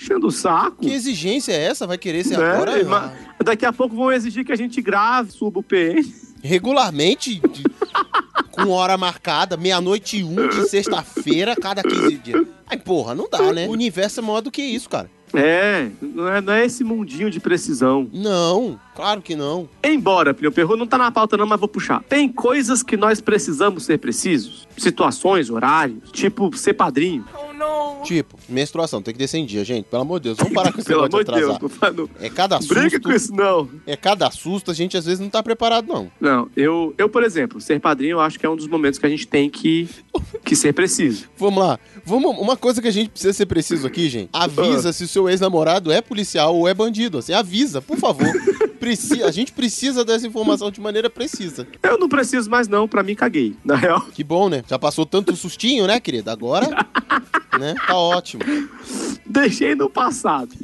Speaker 2: Enchendo o saco.
Speaker 1: Que exigência é essa? Vai querer ser
Speaker 2: hum. né?
Speaker 1: agora? é.
Speaker 2: Mas Daqui a pouco vão exigir que a gente grave, suba o PN.
Speaker 1: regularmente, de- com hora marcada, meia-noite e um de sexta-feira, cada 15 dias. Ai, porra, não dá, né? O universo é maior do que isso, cara.
Speaker 2: É, não é, não é esse mundinho de precisão.
Speaker 1: Não, claro que não.
Speaker 2: Embora, Plinio Perru, não tá na pauta não, mas vou puxar. Tem coisas que nós precisamos ser precisos. Situações, horários, tipo ser padrinho.
Speaker 1: Tipo, menstruação, tem que descer em dia, gente. Pelo amor de Deus, vamos parar com esse
Speaker 2: Pelo
Speaker 1: negócio
Speaker 2: amor
Speaker 1: de
Speaker 2: de Deus,
Speaker 1: atrasar.
Speaker 2: tô falando.
Speaker 1: É cada
Speaker 2: Brinca com
Speaker 1: susto,
Speaker 2: isso, não.
Speaker 1: é cada susto, a gente às vezes não tá preparado, não.
Speaker 2: Não, eu, eu, por exemplo, ser padrinho, eu acho que é um dos momentos que a gente tem que, que ser preciso.
Speaker 1: Vamos lá. Vamos, uma coisa que a gente precisa ser preciso aqui, gente.
Speaker 2: Ah.
Speaker 1: Avisa se o seu ex-namorado é policial ou é bandido. Assim, avisa, por favor. Preci- a gente precisa dessa informação de maneira precisa.
Speaker 2: Eu não preciso mais, não, pra mim caguei. Na real,
Speaker 1: Que bom, né? Já passou tanto sustinho, né, querida? Agora, né? Tá ótimo.
Speaker 2: deixei no passado.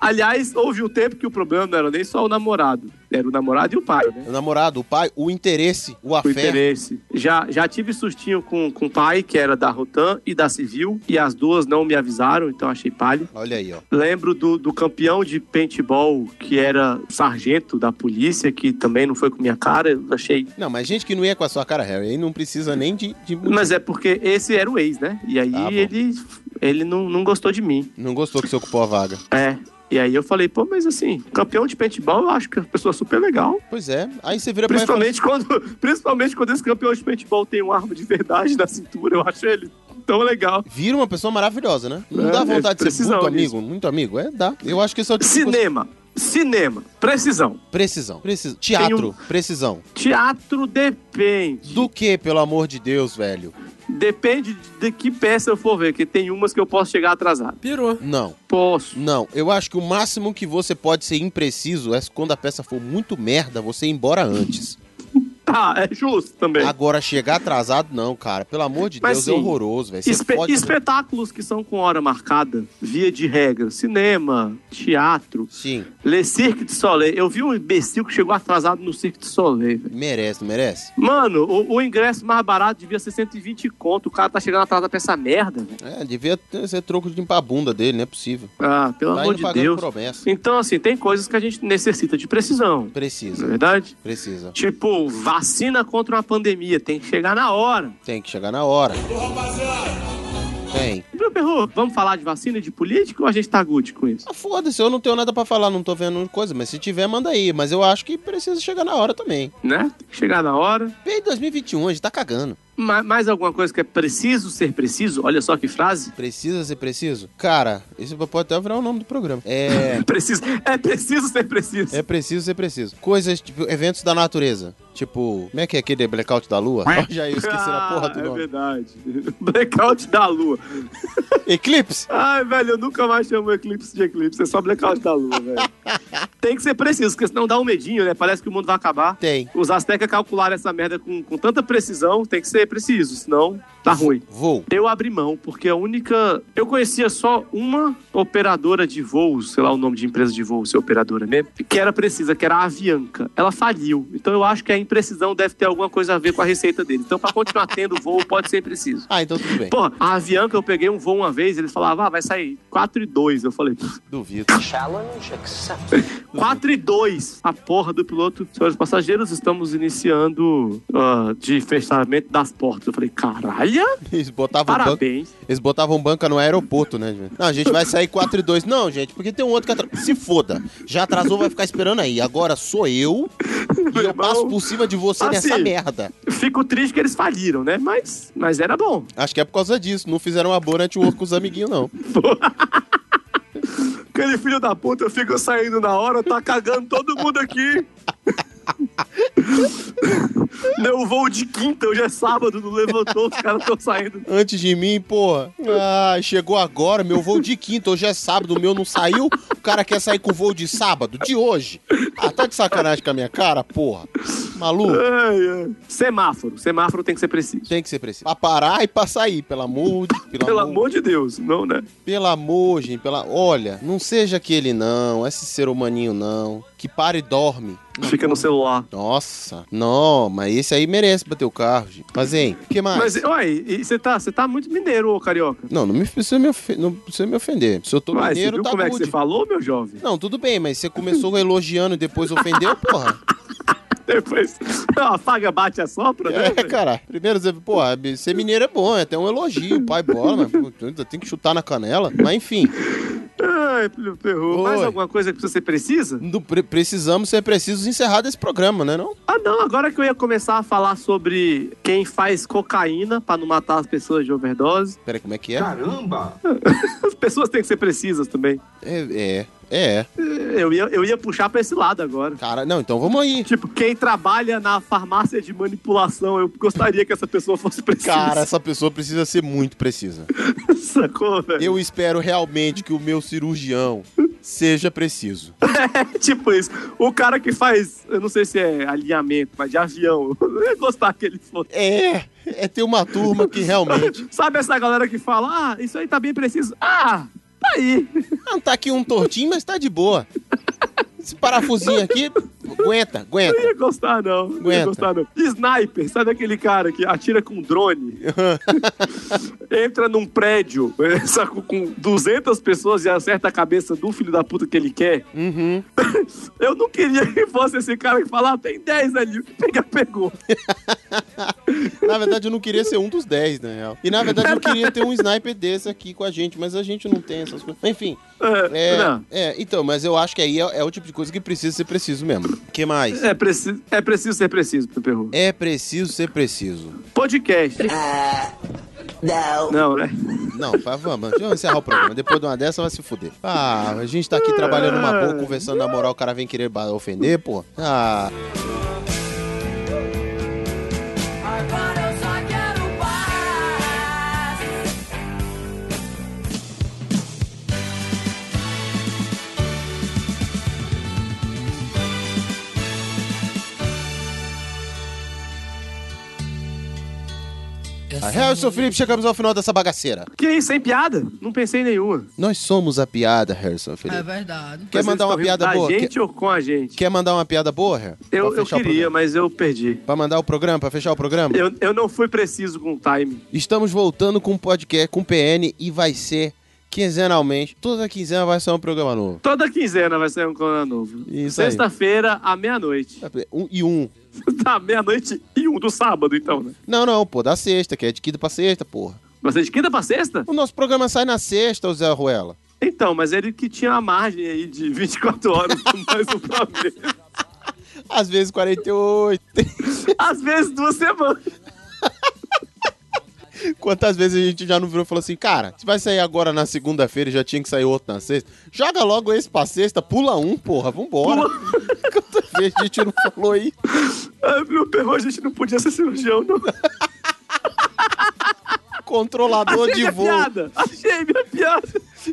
Speaker 2: Aliás, houve um tempo que o problema não era nem só o namorado, era o namorado e o pai, né?
Speaker 1: O namorado, o pai, o interesse, o
Speaker 2: O
Speaker 1: afeto.
Speaker 2: interesse. Já, já tive sustinho com, com o pai, que era da Rotan e da Civil, e as duas não me avisaram, então achei palha.
Speaker 1: Olha aí, ó.
Speaker 2: Lembro do, do campeão de paintball, que era sargento da polícia, que também não foi com minha cara, eu achei.
Speaker 1: Não, mas gente que não ia com a sua cara, Harry, aí não precisa nem de. de-
Speaker 2: Mas é porque esse era o ex, né? E aí
Speaker 1: Ah, bom.
Speaker 2: ele, ele não, não gostou de mim.
Speaker 1: Não gostou que você ocupou a vaga.
Speaker 2: É. E aí eu falei, pô, mas assim, campeão de paintball, eu acho que é uma pessoa super legal.
Speaker 1: Pois é. Aí você vira pra ela e fala
Speaker 2: Principalmente quando, principalmente quando esse campeão de paintball tem uma arma de verdade na cintura, eu acho ele tão legal.
Speaker 1: assim, Vira uma pessoa maravilhosa, né? Não
Speaker 2: É,
Speaker 1: dá vontade de ser
Speaker 2: precisão
Speaker 1: muito
Speaker 2: disso.
Speaker 1: amigo, muito amigo. É, dá. Eu acho que isso é
Speaker 2: Cinema. Cinema. Precisão.
Speaker 1: Precisão. Precisão.
Speaker 2: um-
Speaker 1: Teatro. Precisão.
Speaker 2: Teatro depende.
Speaker 1: Do que, pelo amor de Deus, velho?
Speaker 2: Depende de que peça eu for ver, que tem umas que eu posso chegar atrasado.
Speaker 8: Pirou.
Speaker 1: Não,
Speaker 2: Posso.
Speaker 1: não. Eu acho que o máximo que você pode ser impreciso é quando a peça for muito merda, você ir embora antes.
Speaker 2: Tá, é justo também.
Speaker 1: Agora, chegar atrasado, não, cara. Pelo amor de
Speaker 2: Mas,
Speaker 1: Deus, é
Speaker 2: sim,
Speaker 1: horroroso, velho. Você
Speaker 2: Espe-
Speaker 1: pode- né?
Speaker 2: Espetáculos que são com hora marcada, via de regra, cinema, teatro,
Speaker 1: Sim,
Speaker 2: Le Cirque de Soleil. Eu vi um imbecil que chegou atrasado no Cirque de Soleil, velho.
Speaker 1: merece, não merece?
Speaker 2: Mano, o, o ingresso mais barato devia ser 120 conto. O cara tá chegando atrasado pra essa merda, velho.
Speaker 1: É, devia ter- ser troco de limpar a bunda dele, não é possível.
Speaker 2: Ah, pelo
Speaker 1: Tá
Speaker 2: amor
Speaker 1: indo
Speaker 2: de
Speaker 1: pagando
Speaker 2: Deus.
Speaker 1: promessa.
Speaker 2: Então, assim, tem coisas que a gente necessita de precisão, não é
Speaker 1: Precisa,
Speaker 2: verdade?
Speaker 1: precisa.
Speaker 2: Tipo, vacina contra uma pandemia, tem que chegar na hora.
Speaker 1: Tem que chegar na hora. Tem.
Speaker 2: Meu perro, vamos falar de vacina e de política ou a gente tá good com isso?
Speaker 1: Ah, foda-se, eu não tenho nada pra falar, não tô vendo coisa, mas se tiver, manda aí. Mas eu acho que precisa chegar na hora também.
Speaker 2: Né? Tem que chegar na hora.
Speaker 1: Bem 2021, a gente tá cagando.
Speaker 2: Ma- mais alguma coisa que é preciso ser preciso? Olha só que frase.
Speaker 1: Precisa ser preciso? Cara, isso pode até virar o nome do programa. É.
Speaker 2: Preciso, é preciso ser preciso.
Speaker 1: É preciso ser preciso. Coisas, tipo, eventos da natureza. Tipo, como é que é aquele blackout da lua? Ó, Já eu esqueci a porra do
Speaker 2: Ah, É
Speaker 1: nome.
Speaker 2: verdade. Blackout da lua.
Speaker 1: Eclipse?
Speaker 2: Ai, velho, eu nunca mais chamo eclipse de eclipse. É só blackout da lua, velho. Tem que ser preciso, porque senão dá um medinho, né? Parece que o mundo vai acabar.
Speaker 1: Tem.
Speaker 2: Os astecas calcularam essa merda com, com tanta precisão, tem que ser preciso, senão tá ruim.
Speaker 1: Voo.
Speaker 2: Eu abri mão, porque a única. Eu conhecia só uma operadora de voos, sei lá o nome de empresa de voos, se é operadora mesmo, que era precisa, que era a Avianca. Ela faliu. Então eu acho que a imprecisão deve ter alguma coisa a ver com a receita dele. Então, pra continuar tendo voo, pode ser preciso.
Speaker 1: Ah, então tudo bem.
Speaker 2: Porra, a Avianca eu peguei um voo uma vez, eles falavam, ah, vai sair 4 e 2. Eu falei,
Speaker 1: Duvido.
Speaker 2: 4 e 2. A porra do piloto. Senhores passageiros, estamos iniciando ah, de fechamento das portas. Eu falei, caralho,
Speaker 1: Eles botavam, um banco,
Speaker 2: parabéns.
Speaker 1: eles botavam banca no aeroporto, né, gente? Não, a gente vai sair 4 e 2. Não, gente, porque tem um outro que atrasou. Se foda. Já atrasou, vai ficar esperando aí. Agora sou eu e eu
Speaker 2: Meu
Speaker 1: passo
Speaker 2: irmão,
Speaker 1: por cima de você nessa
Speaker 2: assim,
Speaker 1: merda.
Speaker 2: Fico triste que eles faliram, né? Mas, mas era bom.
Speaker 1: Acho que é por causa disso. Não fizeram uma boa network com os amiguinhos, não.
Speaker 2: Aquele filho da puta fica saindo na hora, tá cagando todo mundo aqui. Meu voo de quinta, hoje é sábado, não levantou, os caras estão saindo.
Speaker 1: Antes de mim, porra. Ah, chegou agora, meu voo de quinta. Hoje é sábado, o meu não saiu. O cara quer sair com o voo de sábado, de hoje. Ah, tá de sacanagem com a minha cara, porra. Maluco.
Speaker 2: Ai, ai. Semáforo, semáforo tem que ser preciso.
Speaker 1: Tem que ser preciso. Pra parar e pra sair, pelo amor de... Pelo,
Speaker 2: Pelo
Speaker 1: amor,
Speaker 2: amor de Deus, não, né?
Speaker 1: Pelo amor, gente. Pela... Olha, não seja aquele não, esse ser humaninho não. Que para e dorme.
Speaker 2: Fica no celular.
Speaker 1: Nossa. Não, mas esse aí merece bater o carro, gente. Mas, hein, o que mais?
Speaker 2: Mas, uai, e você tá, você tá muito mineiro, ô carioca.
Speaker 1: Não, não me precisa me, ofe- não precisa me ofender. Se eu tô
Speaker 2: Uai, você
Speaker 1: mineiro,
Speaker 2: viu
Speaker 1: tá
Speaker 2: como é que
Speaker 1: good.
Speaker 2: você falou, meu jovem?
Speaker 1: Não, tudo bem, mas você começou elogiando e depois ofendeu, porra.
Speaker 2: Depois, afaga, bate a sopra, né?
Speaker 1: É, cara. Primeiro, você, porra, ser mineiro é bom, é até um elogio, pai bola, mas pô, ainda tem que chutar na canela. Mas enfim,
Speaker 2: Ai, filho, ferrou. Mais
Speaker 1: Oi.
Speaker 2: alguma coisa que você precisa?
Speaker 1: não pre- precisamos ser precisos encerrar desse programa, né não?
Speaker 2: Ah, não, agora que eu ia começar a falar sobre quem faz cocaína pra não matar as pessoas de overdose.
Speaker 1: Peraí, como é que é?
Speaker 2: As pessoas têm que ser precisas também.
Speaker 1: É, é, é.
Speaker 2: Eu ia, eu ia puxar pra esse lado agora.
Speaker 1: Cara, não, então vamos aí.
Speaker 2: Tipo, quem trabalha na farmácia de manipulação, eu gostaria que essa pessoa fosse precisa.
Speaker 1: Cara, essa pessoa precisa ser muito precisa.
Speaker 2: sacou, velho?
Speaker 1: Eu espero realmente que o meu cirurgião seja preciso.
Speaker 2: É tipo isso. O cara que faz, eu não sei se é alinhamento, mas de avião, eu ia gostar que ele fosse.
Speaker 1: É, é ter uma turma que realmente.
Speaker 2: Sabe essa galera que fala, ah, isso aí tá bem preciso. Ah, tá aí.
Speaker 1: Não, tá aqui um tortinho, mas tá de boa. Esse parafusinho aqui, aguenta,
Speaker 2: Não
Speaker 1: aguenta.
Speaker 2: ia gostar, não. Não
Speaker 1: Aguenta.
Speaker 2: ia gostar, não. Sniper, sabe aquele cara que atira com drone? Entra num prédio saco, com 200 pessoas e acerta a cabeça do filho da puta que ele quer.
Speaker 1: Uhum.
Speaker 2: Eu não queria que fosse esse cara que fala, ah, tem 10 ali, o que pegar, pegou.
Speaker 1: Na verdade, eu não queria ser um dos 10, na real. E na verdade, eu queria ter um sniper desse aqui com a gente, mas a gente não tem essas coisas. Enfim,
Speaker 2: É,
Speaker 1: é.
Speaker 2: não.
Speaker 1: é, então, mas eu acho que aí é, é o tipo de coisa que precisa ser preciso mesmo. que mais?
Speaker 2: É preciso, é preciso ser preciso, Peperro.
Speaker 1: É preciso ser preciso.
Speaker 2: Podcast. não. Não, né?
Speaker 1: Não, pá, vamos, deixa eu encerrar o programa. Depois de uma dessa, vai se fuder. Ah, a gente tá aqui trabalhando uma boa, conversando na moral, o cara vem querer ba- ofender, pô. Ah,
Speaker 8: Agora eu só quero paz.
Speaker 1: a real, eu sou o Felipe, chegamos ao final dessa bagaceira.
Speaker 2: Que isso, sem piada? Não pensei em nenhuma.
Speaker 1: Nós somos a piada, Harrison
Speaker 9: É
Speaker 1: Felipe.
Speaker 9: verdade.
Speaker 1: Quer
Speaker 2: Vocês
Speaker 1: mandar uma
Speaker 2: estão rindo
Speaker 1: piada
Speaker 2: da
Speaker 1: boa?
Speaker 2: gente
Speaker 1: Quer,
Speaker 2: ou com a gente?
Speaker 1: quer mandar uma piada boa, Harrison?
Speaker 2: Eu,
Speaker 1: Pra
Speaker 2: eu
Speaker 1: fechar o
Speaker 2: queria,
Speaker 1: programa.
Speaker 2: mas eu perdi.
Speaker 1: Pra mandar o programa, pra fechar o programa?
Speaker 2: Eu, eu não fui preciso com o time.
Speaker 1: Estamos voltando com o podcast, com o PN, e vai ser quinzenalmente. Toda quinzena vai ser um programa novo.
Speaker 2: Toda quinzena vai sair um Conan novo.
Speaker 1: Isso aí.
Speaker 2: Sexta-feira, à meia-noite.
Speaker 1: Um e um.
Speaker 2: Tá, meia-noite e um do sábado, então, né?
Speaker 1: Não, não, pô, da sexta, que é de quinta pra sexta, porra.
Speaker 2: Vai ser de quinta pra sexta?
Speaker 1: O nosso programa sai na sexta, ô Zé Ruela.
Speaker 2: Então, mas ele que tinha a margem aí de 24 horas mais um pra ver.
Speaker 1: Às vezes 48.
Speaker 2: Às vezes duas semanas.
Speaker 1: Quantas vezes a gente já não virou e falou assim, cara, se vai sair agora na segunda-feira e já tinha que sair outro na sexta, joga logo esse pra sexta, pula um, porra, vambora. quanta vez a gente não falou aí?
Speaker 2: Ah, Meu perro, a gente não podia ser cirurgião, não.
Speaker 1: Controlador
Speaker 2: Achei
Speaker 1: de
Speaker 2: minha
Speaker 1: voo.
Speaker 2: piada. Achei minha piada.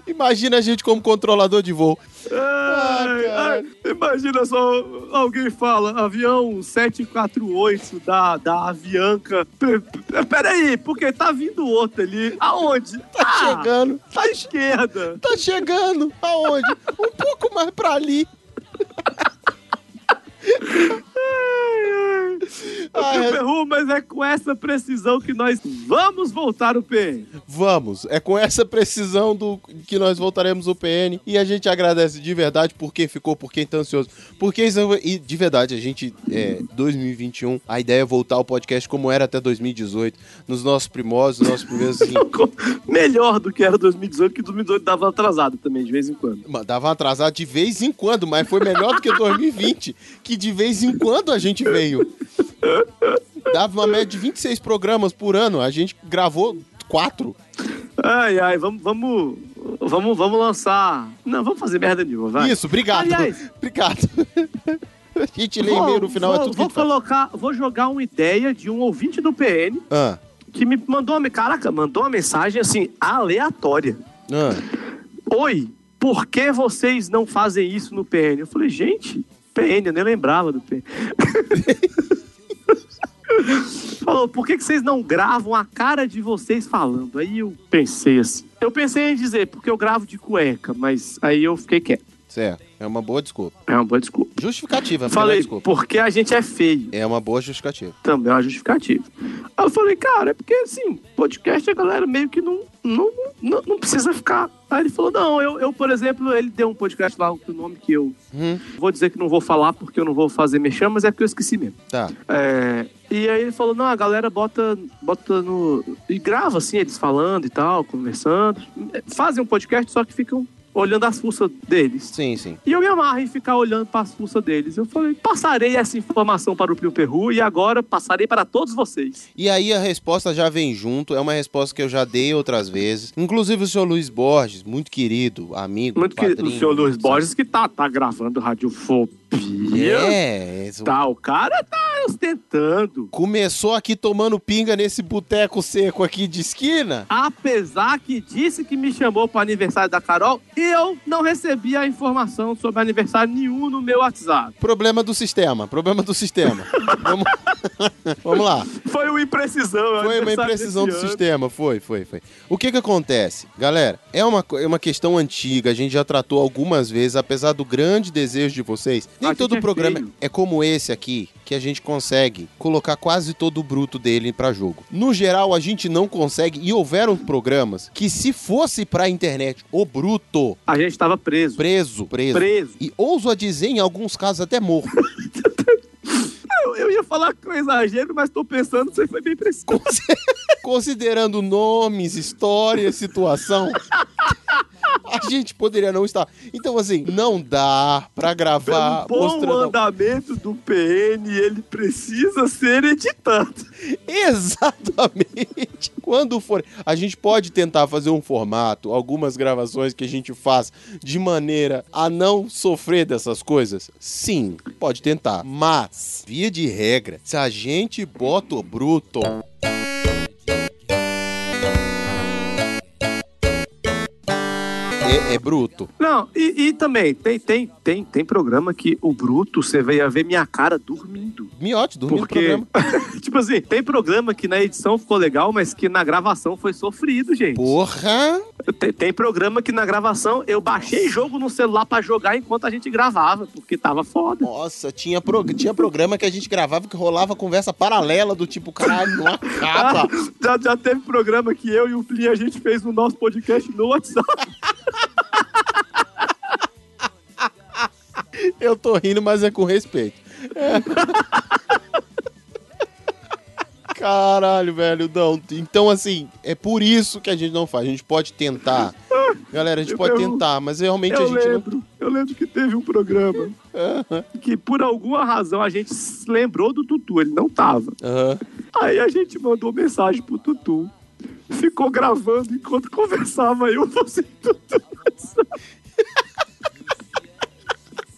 Speaker 1: Imagina a gente como controlador de voo.
Speaker 2: Ai,
Speaker 1: caralho.
Speaker 2: ai, imagina só, alguém fala, avião 748 da, da Avianca. P- p- Peraí, porque tá vindo outro ali. Aonde?
Speaker 1: Tá chegando.
Speaker 2: Tá à esquerda.
Speaker 1: Tá chegando. Aonde? Um pouco mais pra ali.
Speaker 2: Ai, ai.
Speaker 1: Ai,
Speaker 2: Meu Perru, mas é com essa precisão que nós vamos voltar o PN.
Speaker 1: Vamos, é com essa precisão do que nós voltaremos o PN e a gente agradece de verdade por quem ficou, por quem tá ansioso, por quem e de verdade a gente é, 2021 a ideia é voltar o podcast como era até 2018 nos nossos primórdios, nos nossos primeiros assim,
Speaker 2: Melhor do que era 2018, que 2018 dava atrasado também, de vez em quando.
Speaker 1: ma- dava atrasado de vez em quando, mas foi melhor do que 2020 que de vez em quando a gente veio dava uma média de 26 programas por ano, a gente gravou quatro.
Speaker 2: Ai, ai, vamos, vamos, vamos, vamos lançar. Não, vamos fazer merda nenhuma, vai.
Speaker 1: Isso, obrigado.
Speaker 2: Aliás-
Speaker 1: obrigado. A gente lê e-mail no final,
Speaker 2: vou,
Speaker 1: é tudo que a
Speaker 2: vou
Speaker 1: gente faz.
Speaker 2: colocar, vou jogar uma ideia de um ouvinte do PN
Speaker 1: Ah,
Speaker 2: que me mandou uma, caraca, mandou uma mensagem assim aleatória.
Speaker 1: ah.
Speaker 2: Oi, por que vocês não fazem isso no PN? Eu falei, gente, PN, eu nem lembrava do PN. Falou, por que, que vocês não gravam a cara de vocês falando? Aí eu pensei assim. Eu pensei em dizer, porque eu gravo de cueca, mas aí eu fiquei quieto.
Speaker 1: Certo. É uma boa desculpa.
Speaker 2: É uma boa desculpa.
Speaker 1: Justificativa, é uma melhor
Speaker 2: Falei,
Speaker 1: desculpa.
Speaker 2: porque a gente é feio.
Speaker 1: É uma boa justificativa.
Speaker 2: também é uma justificativa. Aí eu falei, cara, é porque assim, podcast a galera meio que não, não, não, não precisa ficar. Aí ele falou, não, eu, eu, por exemplo, ele deu um podcast lá com o nome que eu
Speaker 1: Hum.
Speaker 2: vou dizer que não vou falar porque eu não vou fazer mexer, mas é porque eu esqueci mesmo.
Speaker 1: Tá.
Speaker 2: É, e aí ele falou, não, a galera bota, bota no. E grava assim, eles falando e tal, conversando. Fazem um podcast, só que ficam olhando as fuças deles.
Speaker 1: Sim, sim.
Speaker 2: E eu me amarro em ficar olhando para as fuças deles. Eu falei, passarei essa informação para o Pio Perru e agora passarei para todos vocês.
Speaker 1: E aí a resposta já vem junto, é uma resposta que eu já dei outras vezes. Inclusive o senhor Luiz Borges, muito querido, amigo,
Speaker 2: Muito que o
Speaker 1: padrinho,
Speaker 2: senhor Luiz
Speaker 1: sabe?
Speaker 2: Borges que tá, tá gravando radiofobia.
Speaker 1: É, esse-
Speaker 2: Tá, o cara tá ostentando.
Speaker 1: começou aqui tomando pinga nesse boteco seco aqui de esquina.
Speaker 2: Apesar que disse que me chamou para aniversário da Carol, eu não recebi a informação sobre aniversário nenhum no meu WhatsApp.
Speaker 1: Problema do sistema, problema do sistema. Vamos, Vamos lá.
Speaker 2: Foi uma imprecisão. é
Speaker 1: Foi uma
Speaker 2: aniversário
Speaker 1: imprecisão do
Speaker 2: desse ano.
Speaker 1: sistema, foi, foi, foi. O que que acontece? Galera, é uma, co- é uma questão antiga, a gente já tratou algumas vezes, apesar do grande desejo de vocês. Nem
Speaker 2: A
Speaker 1: todo
Speaker 2: gente é
Speaker 1: programa
Speaker 2: feio.
Speaker 1: é como esse aqui, que a gente consegue colocar quase todo o bruto dele pra jogo. No geral, a gente não consegue, e houveram programas que se fosse pra internet, o bruto,
Speaker 2: A gente tava preso.
Speaker 1: preso, preso,
Speaker 2: Preso.
Speaker 1: e ouso a dizer, em alguns casos, até morto.
Speaker 2: Eu, eu ia falar com exagero, mas tô pensando, você foi bem preciso.
Speaker 1: considerando nomes, história, situação, a gente poderia não estar. Então, assim, não dá pra
Speaker 2: Pelo
Speaker 1: gravar
Speaker 2: bom
Speaker 1: mostrando.
Speaker 2: um andamento do PN, ele precisa ser editado.
Speaker 1: Exatamente. Quando for. A gente pode tentar fazer um formato, algumas gravações que a gente faz de maneira a não sofrer dessas coisas? Sim, pode tentar. Mas, via de regra, se a gente bota o bruto. É, é bruto.
Speaker 2: Não, e, e também, tem, tem, tem, tem programa que o bruto, você vai ver minha cara dormindo.
Speaker 1: Miote, dormiu no
Speaker 2: Porque,
Speaker 1: programa.
Speaker 2: tipo assim, tem programa que na edição ficou legal, mas que na gravação foi sofrido, gente.
Speaker 1: Porra!
Speaker 2: Tem, tem programa que na gravação eu baixei jogo no celular pra jogar enquanto a gente gravava, porque tava foda.
Speaker 1: Nossa, tinha, pro- tinha programa que a gente gravava que rolava conversa paralela do tipo, caralho, não
Speaker 2: Ah, tá.
Speaker 1: acaba.
Speaker 2: já, já teve programa que eu e o Plin a gente fez no nosso podcast no WhatsApp.
Speaker 1: Eu tô rindo, mas é com respeito. É. Caralho, velho, não. Então, assim, é por isso que a gente não faz. A gente pode tentar. Galera, a gente pode
Speaker 2: Eu-
Speaker 1: tentar, mas realmente a
Speaker 2: Eu
Speaker 1: gente não.
Speaker 2: lembro, eu lembro que teve um programa que por alguma razão a gente se lembrou do Tutu, ele não tava.
Speaker 1: Aham.
Speaker 2: Aí a gente mandou mensagem pro Tutu. Ficou gravando enquanto conversava eu, você e Tutu.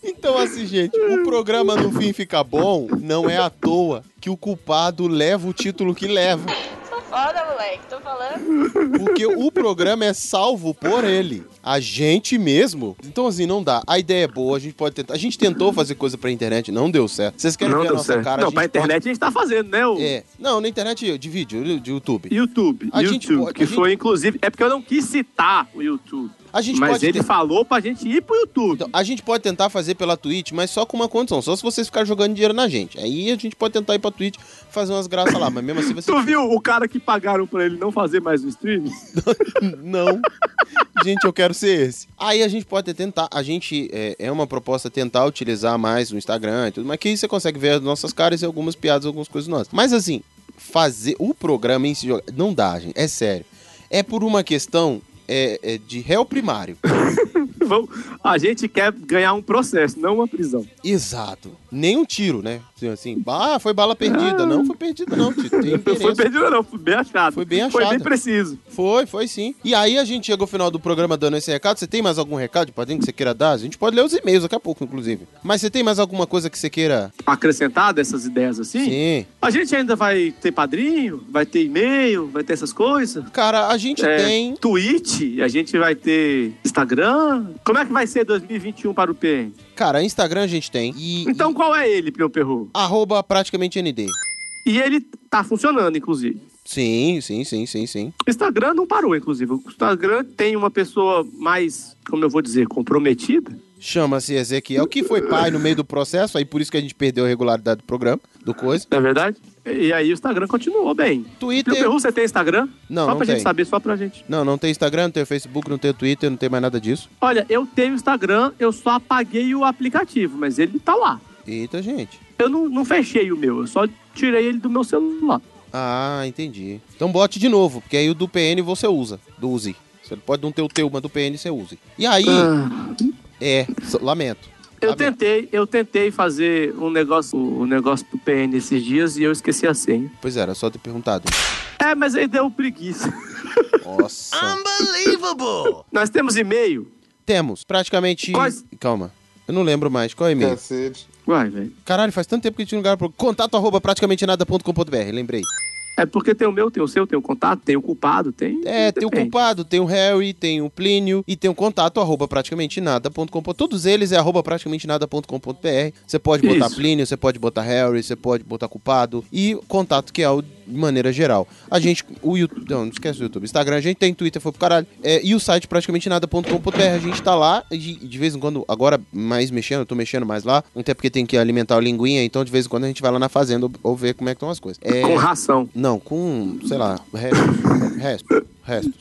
Speaker 1: Então, assim, gente, o programa no fim fica bom, não é à toa que o culpado leva o título que leva.
Speaker 9: Tô foda, moleque, tô falando.
Speaker 1: Porque o programa é salvo por ele. A gente mesmo. Então, assim, não dá. A ideia é boa, a gente pode tentar. A gente tentou fazer coisa pra internet, não deu certo. Vocês querem
Speaker 2: Não
Speaker 1: ver a
Speaker 2: deu
Speaker 1: nossa
Speaker 2: certo.
Speaker 1: cara? a
Speaker 2: não,
Speaker 1: gente
Speaker 2: pra internet a gente tá fazendo, né? O
Speaker 1: pode- É. Não, na internet de vídeo, de YouTube.
Speaker 2: YouTube.
Speaker 1: A gente
Speaker 2: YouTube,
Speaker 1: pode-
Speaker 2: que
Speaker 1: a gente-
Speaker 2: foi, inclusive. É porque eu não quis citar o YouTube.
Speaker 1: A gente
Speaker 2: mas
Speaker 1: pode
Speaker 2: ele
Speaker 1: ter-
Speaker 2: falou pra gente ir pro YouTube.
Speaker 1: Então, a gente pode tentar fazer pela Twitch, mas só com uma condição. Só se vocês ficarem jogando dinheiro na gente. Aí a gente pode tentar ir pra Twitch fazer umas graças lá, mas mesmo assim você.
Speaker 2: Tu viu o cara que pagaram pra ele não fazer mais o stream?
Speaker 1: Não. Gente, eu quero ser esse. Aí a gente pode tentar. A gente é, é uma proposta tentar utilizar mais o Instagram e tudo, mas que aí você consegue ver as nossas caras e algumas piadas, algumas coisas nossas. Mas assim, fazer o programa em si jogar. Não dá, gente. É sério. É por uma questão é, é, de réu primário.
Speaker 2: Vamos- a gente quer ganhar um processo, não uma prisão.
Speaker 1: Exato. Nem um tiro, né? Assim, Assim, ah, foi bala perdida. Não foi perdida, não. Tito. Tem
Speaker 2: Foi
Speaker 1: interesse.
Speaker 2: perdido, não. Foi bem achado.
Speaker 1: Foi bem
Speaker 2: Foi bem
Speaker 1: achada.
Speaker 2: preciso.
Speaker 1: Foi, foi sim. E aí a gente chega ao final do programa dando esse recado. Você tem mais algum recado, padrinho, que você queira dar? A gente pode ler os e-mails daqui a pouco, inclusive. Mas você tem mais alguma coisa que você queira?
Speaker 2: Acrescentado essas ideias assim?
Speaker 1: Sim.
Speaker 2: A gente ainda vai ter padrinho, vai ter e-mail, vai ter essas coisas.
Speaker 1: Cara, a gente
Speaker 2: É,
Speaker 1: tem.
Speaker 2: Twitch, a gente vai ter Instagram. Como é que vai ser 2021 para o PN?
Speaker 1: Cara, Instagram a gente tem. E.
Speaker 2: Então
Speaker 1: e-
Speaker 2: qual é ele, meu perro?
Speaker 1: Arroba praticamente ND.
Speaker 2: E ele tá funcionando, inclusive.
Speaker 1: Sim, sim, sim, sim, sim.
Speaker 2: Instagram não parou, inclusive. O Instagram tem uma pessoa mais, como eu vou dizer, comprometida.
Speaker 1: Chama-se Ezequiel, que foi pai no meio do processo, aí por isso que a gente perdeu a regularidade do programa, do coisa.
Speaker 2: Não é verdade? E aí o Instagram continuou bem.
Speaker 1: Twitter.
Speaker 2: Meu Perru, você tem Instagram?
Speaker 1: Não,
Speaker 2: Só
Speaker 1: não
Speaker 2: pra
Speaker 1: tem.
Speaker 2: gente saber, só pra gente.
Speaker 1: Não, não tem Instagram, não tem Facebook, não tem Twitter, não tem mais nada disso.
Speaker 2: Olha, eu tenho Instagram, eu só apaguei o aplicativo, mas ele tá lá.
Speaker 1: Eita, gente.
Speaker 2: Eu não, não fechei o meu, eu só tirei ele do meu celular.
Speaker 1: Ah, entendi. Então bote de novo, porque aí o do PN você usa, do Uzi. Você pode não ter o teu, mas do PN você use. E aí,
Speaker 2: Ah,
Speaker 1: é, s- lamento.
Speaker 2: eu
Speaker 1: Lamento.
Speaker 2: tentei, eu tentei fazer um negócio, o negócio pro PN esses dias e eu esqueci a senha.
Speaker 1: Pois era, só ter perguntado.
Speaker 2: É, mas aí deu preguiça.
Speaker 1: Nossa.
Speaker 3: Unbelievable!
Speaker 2: Nós temos e-mail.
Speaker 1: Temos praticamente.
Speaker 2: Quais?
Speaker 1: Calma. Eu não lembro mais. Qual é o e-mail?
Speaker 10: Cacete.
Speaker 2: Uai, velho.
Speaker 1: Caralho, faz tanto tempo que a gente não grava. pro- Contato arroba praticamente nada.com.br, lembrei.
Speaker 2: É porque tem o meu, tem o seu, tem o contato, tem o culpado, tem.
Speaker 1: É, tem o
Speaker 2: depende.
Speaker 1: culpado, tem o Harry, tem o Plínio e tem o contato arroba praticamente nada.com.br. Todos eles é arroba praticamente nada.com.br. Você pode botar
Speaker 2: Isso.
Speaker 1: Plínio, você pode botar Harry, você pode botar culpado e contato que é o de maneira geral. A gente, o YouTube, não, não esquece o YouTube, Instagram, a gente tem Twitter, foi pro caralho. É, e o site praticamente nada.com.br, a gente tá lá e de, de vez em quando, agora mais mexendo, eu tô mexendo mais lá, até porque tem que alimentar o linguinha, então de vez em quando a gente vai lá na fazenda ou, ou ver como é que estão as coisas. É,
Speaker 2: Com ração.
Speaker 1: não, com, sei lá, restos, restos, restos.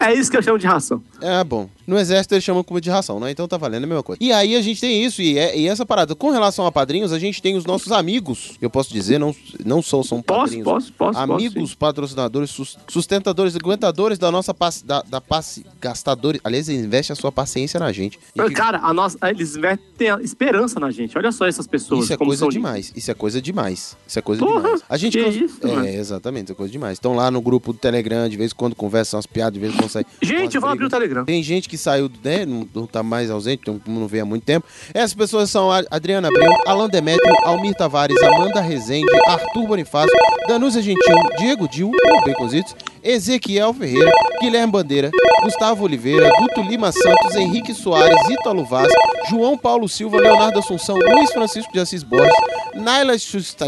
Speaker 2: É isso que eu chamo de ração.
Speaker 1: É bom. No exército eles chamam como de ração, né? Então tá valendo a mesma coisa. E aí a gente tem isso, e, é- e essa parada. Com relação a padrinhos, a gente tem os nossos amigos. Eu posso dizer, não, não sou, são
Speaker 2: Posso,
Speaker 1: padrinhos.
Speaker 2: posso, posso.
Speaker 1: Amigos,
Speaker 2: Posso, sim.
Speaker 1: patrocinadores, sus- sustentadores, aguentadores da nossa passe, da, da passe, gastadores. Aliás, eles investem a sua paciência na gente. E que-
Speaker 2: Cara, a nossa, eles metem a esperança na gente. Olha só essas pessoas.
Speaker 1: Isso é
Speaker 2: como
Speaker 1: coisa
Speaker 2: são lindas.
Speaker 1: demais. Isso é coisa demais. Isso é coisa
Speaker 2: Porra,
Speaker 1: demais. A gente
Speaker 2: que
Speaker 1: cons-
Speaker 2: isso,
Speaker 1: é,
Speaker 2: mano.
Speaker 1: exatamente, isso é coisa demais. Estão lá no grupo do Telegram, de vez em quando conversam umas piadas, de vez em quando sai. umas
Speaker 2: Gente, eu vou abrir
Speaker 1: brigas.
Speaker 2: o Telegram.
Speaker 1: Tem gente que saiu, né? Não, não tá mais ausente, então não vê há muito tempo. Essas pessoas são a Adriana Abreu, Alan Demetrio, Almir Tavares, Amanda Rezende, Arthur Bonifácio, Danusa Gentil, Diego Dil, o Baconzitos, Ezequiel Ferreira, Guilherme Bandeira, Gustavo Oliveira, Guto Lima Santos, Henrique Soares, Ítalo Vaz, João Paulo Silva, Leonardo Assunção, Luiz Francisco de Assis Borges, Naila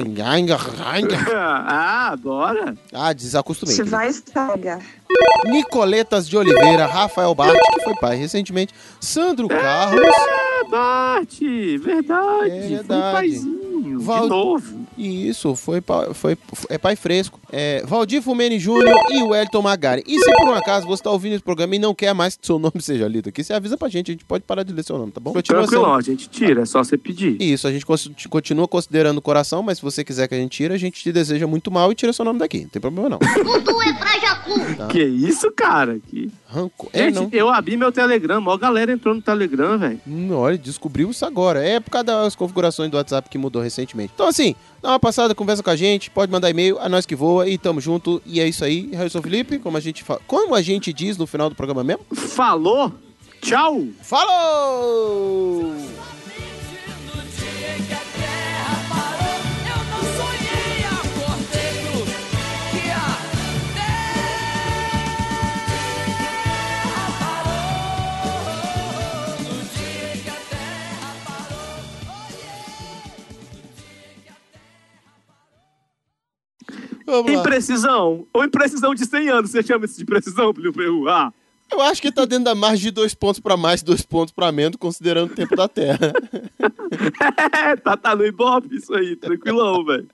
Speaker 1: Sustanhanger.
Speaker 2: ah, bora.
Speaker 1: Ah, desacostumei.
Speaker 9: Você vai estragar.
Speaker 1: Nicoletas de Oliveira, Rafael Bart, que foi pai recentemente, Sandro Carlos.
Speaker 2: É, Bart, verdade.
Speaker 1: É
Speaker 2: Foi um
Speaker 1: verdade.
Speaker 2: paizinho,
Speaker 1: Val-
Speaker 2: de novo.
Speaker 1: E isso, foi, pa- foi é pai fresco. É, Valdir Fumene Júnior e Wellington Magari. E se por um acaso você está ouvindo esse programa e não quer mais que seu nome seja lido aqui, você avisa pra gente, a gente pode parar de ler seu nome, tá bom? Continua
Speaker 2: Tranquilo,
Speaker 1: sendo...
Speaker 2: a gente tira, é só você pedir.
Speaker 1: Isso, a gente cons- continua considerando o coração, mas se você quiser que a gente tire, a gente te deseja muito mal e tira seu nome daqui. Não tem problema não.
Speaker 2: Que isso, cara? Que...
Speaker 1: Ranco. Tá. É,
Speaker 2: Gente,
Speaker 1: não.
Speaker 2: eu abri meu Telegram, mó galera entrou no Telegram, velho.
Speaker 1: Hum, olha, descobriu isso agora. É por causa das configurações do WhatsApp que mudou recentemente. Então, assim, dá uma passada, conversa com a gente, pode mandar e-mail, a nós que voa e tamo junto. E é isso aí. Eu sou o Felipe, como a gente, fa- como a gente diz no final do programa mesmo.
Speaker 2: Falou, tchau.
Speaker 1: Falou!
Speaker 8: Something to
Speaker 1: Vamos lá.
Speaker 2: Imprecisão. Ou imprecisão de 100 anos. Você chama isso de precisão, Plínio Perru? Ah,
Speaker 1: Eu acho que tá dentro da margem de dois pontos pra mais, dois pontos pra menos, considerando o tempo da Terra.
Speaker 2: é, tá, tá no Ibope isso aí, tranquilão, velho.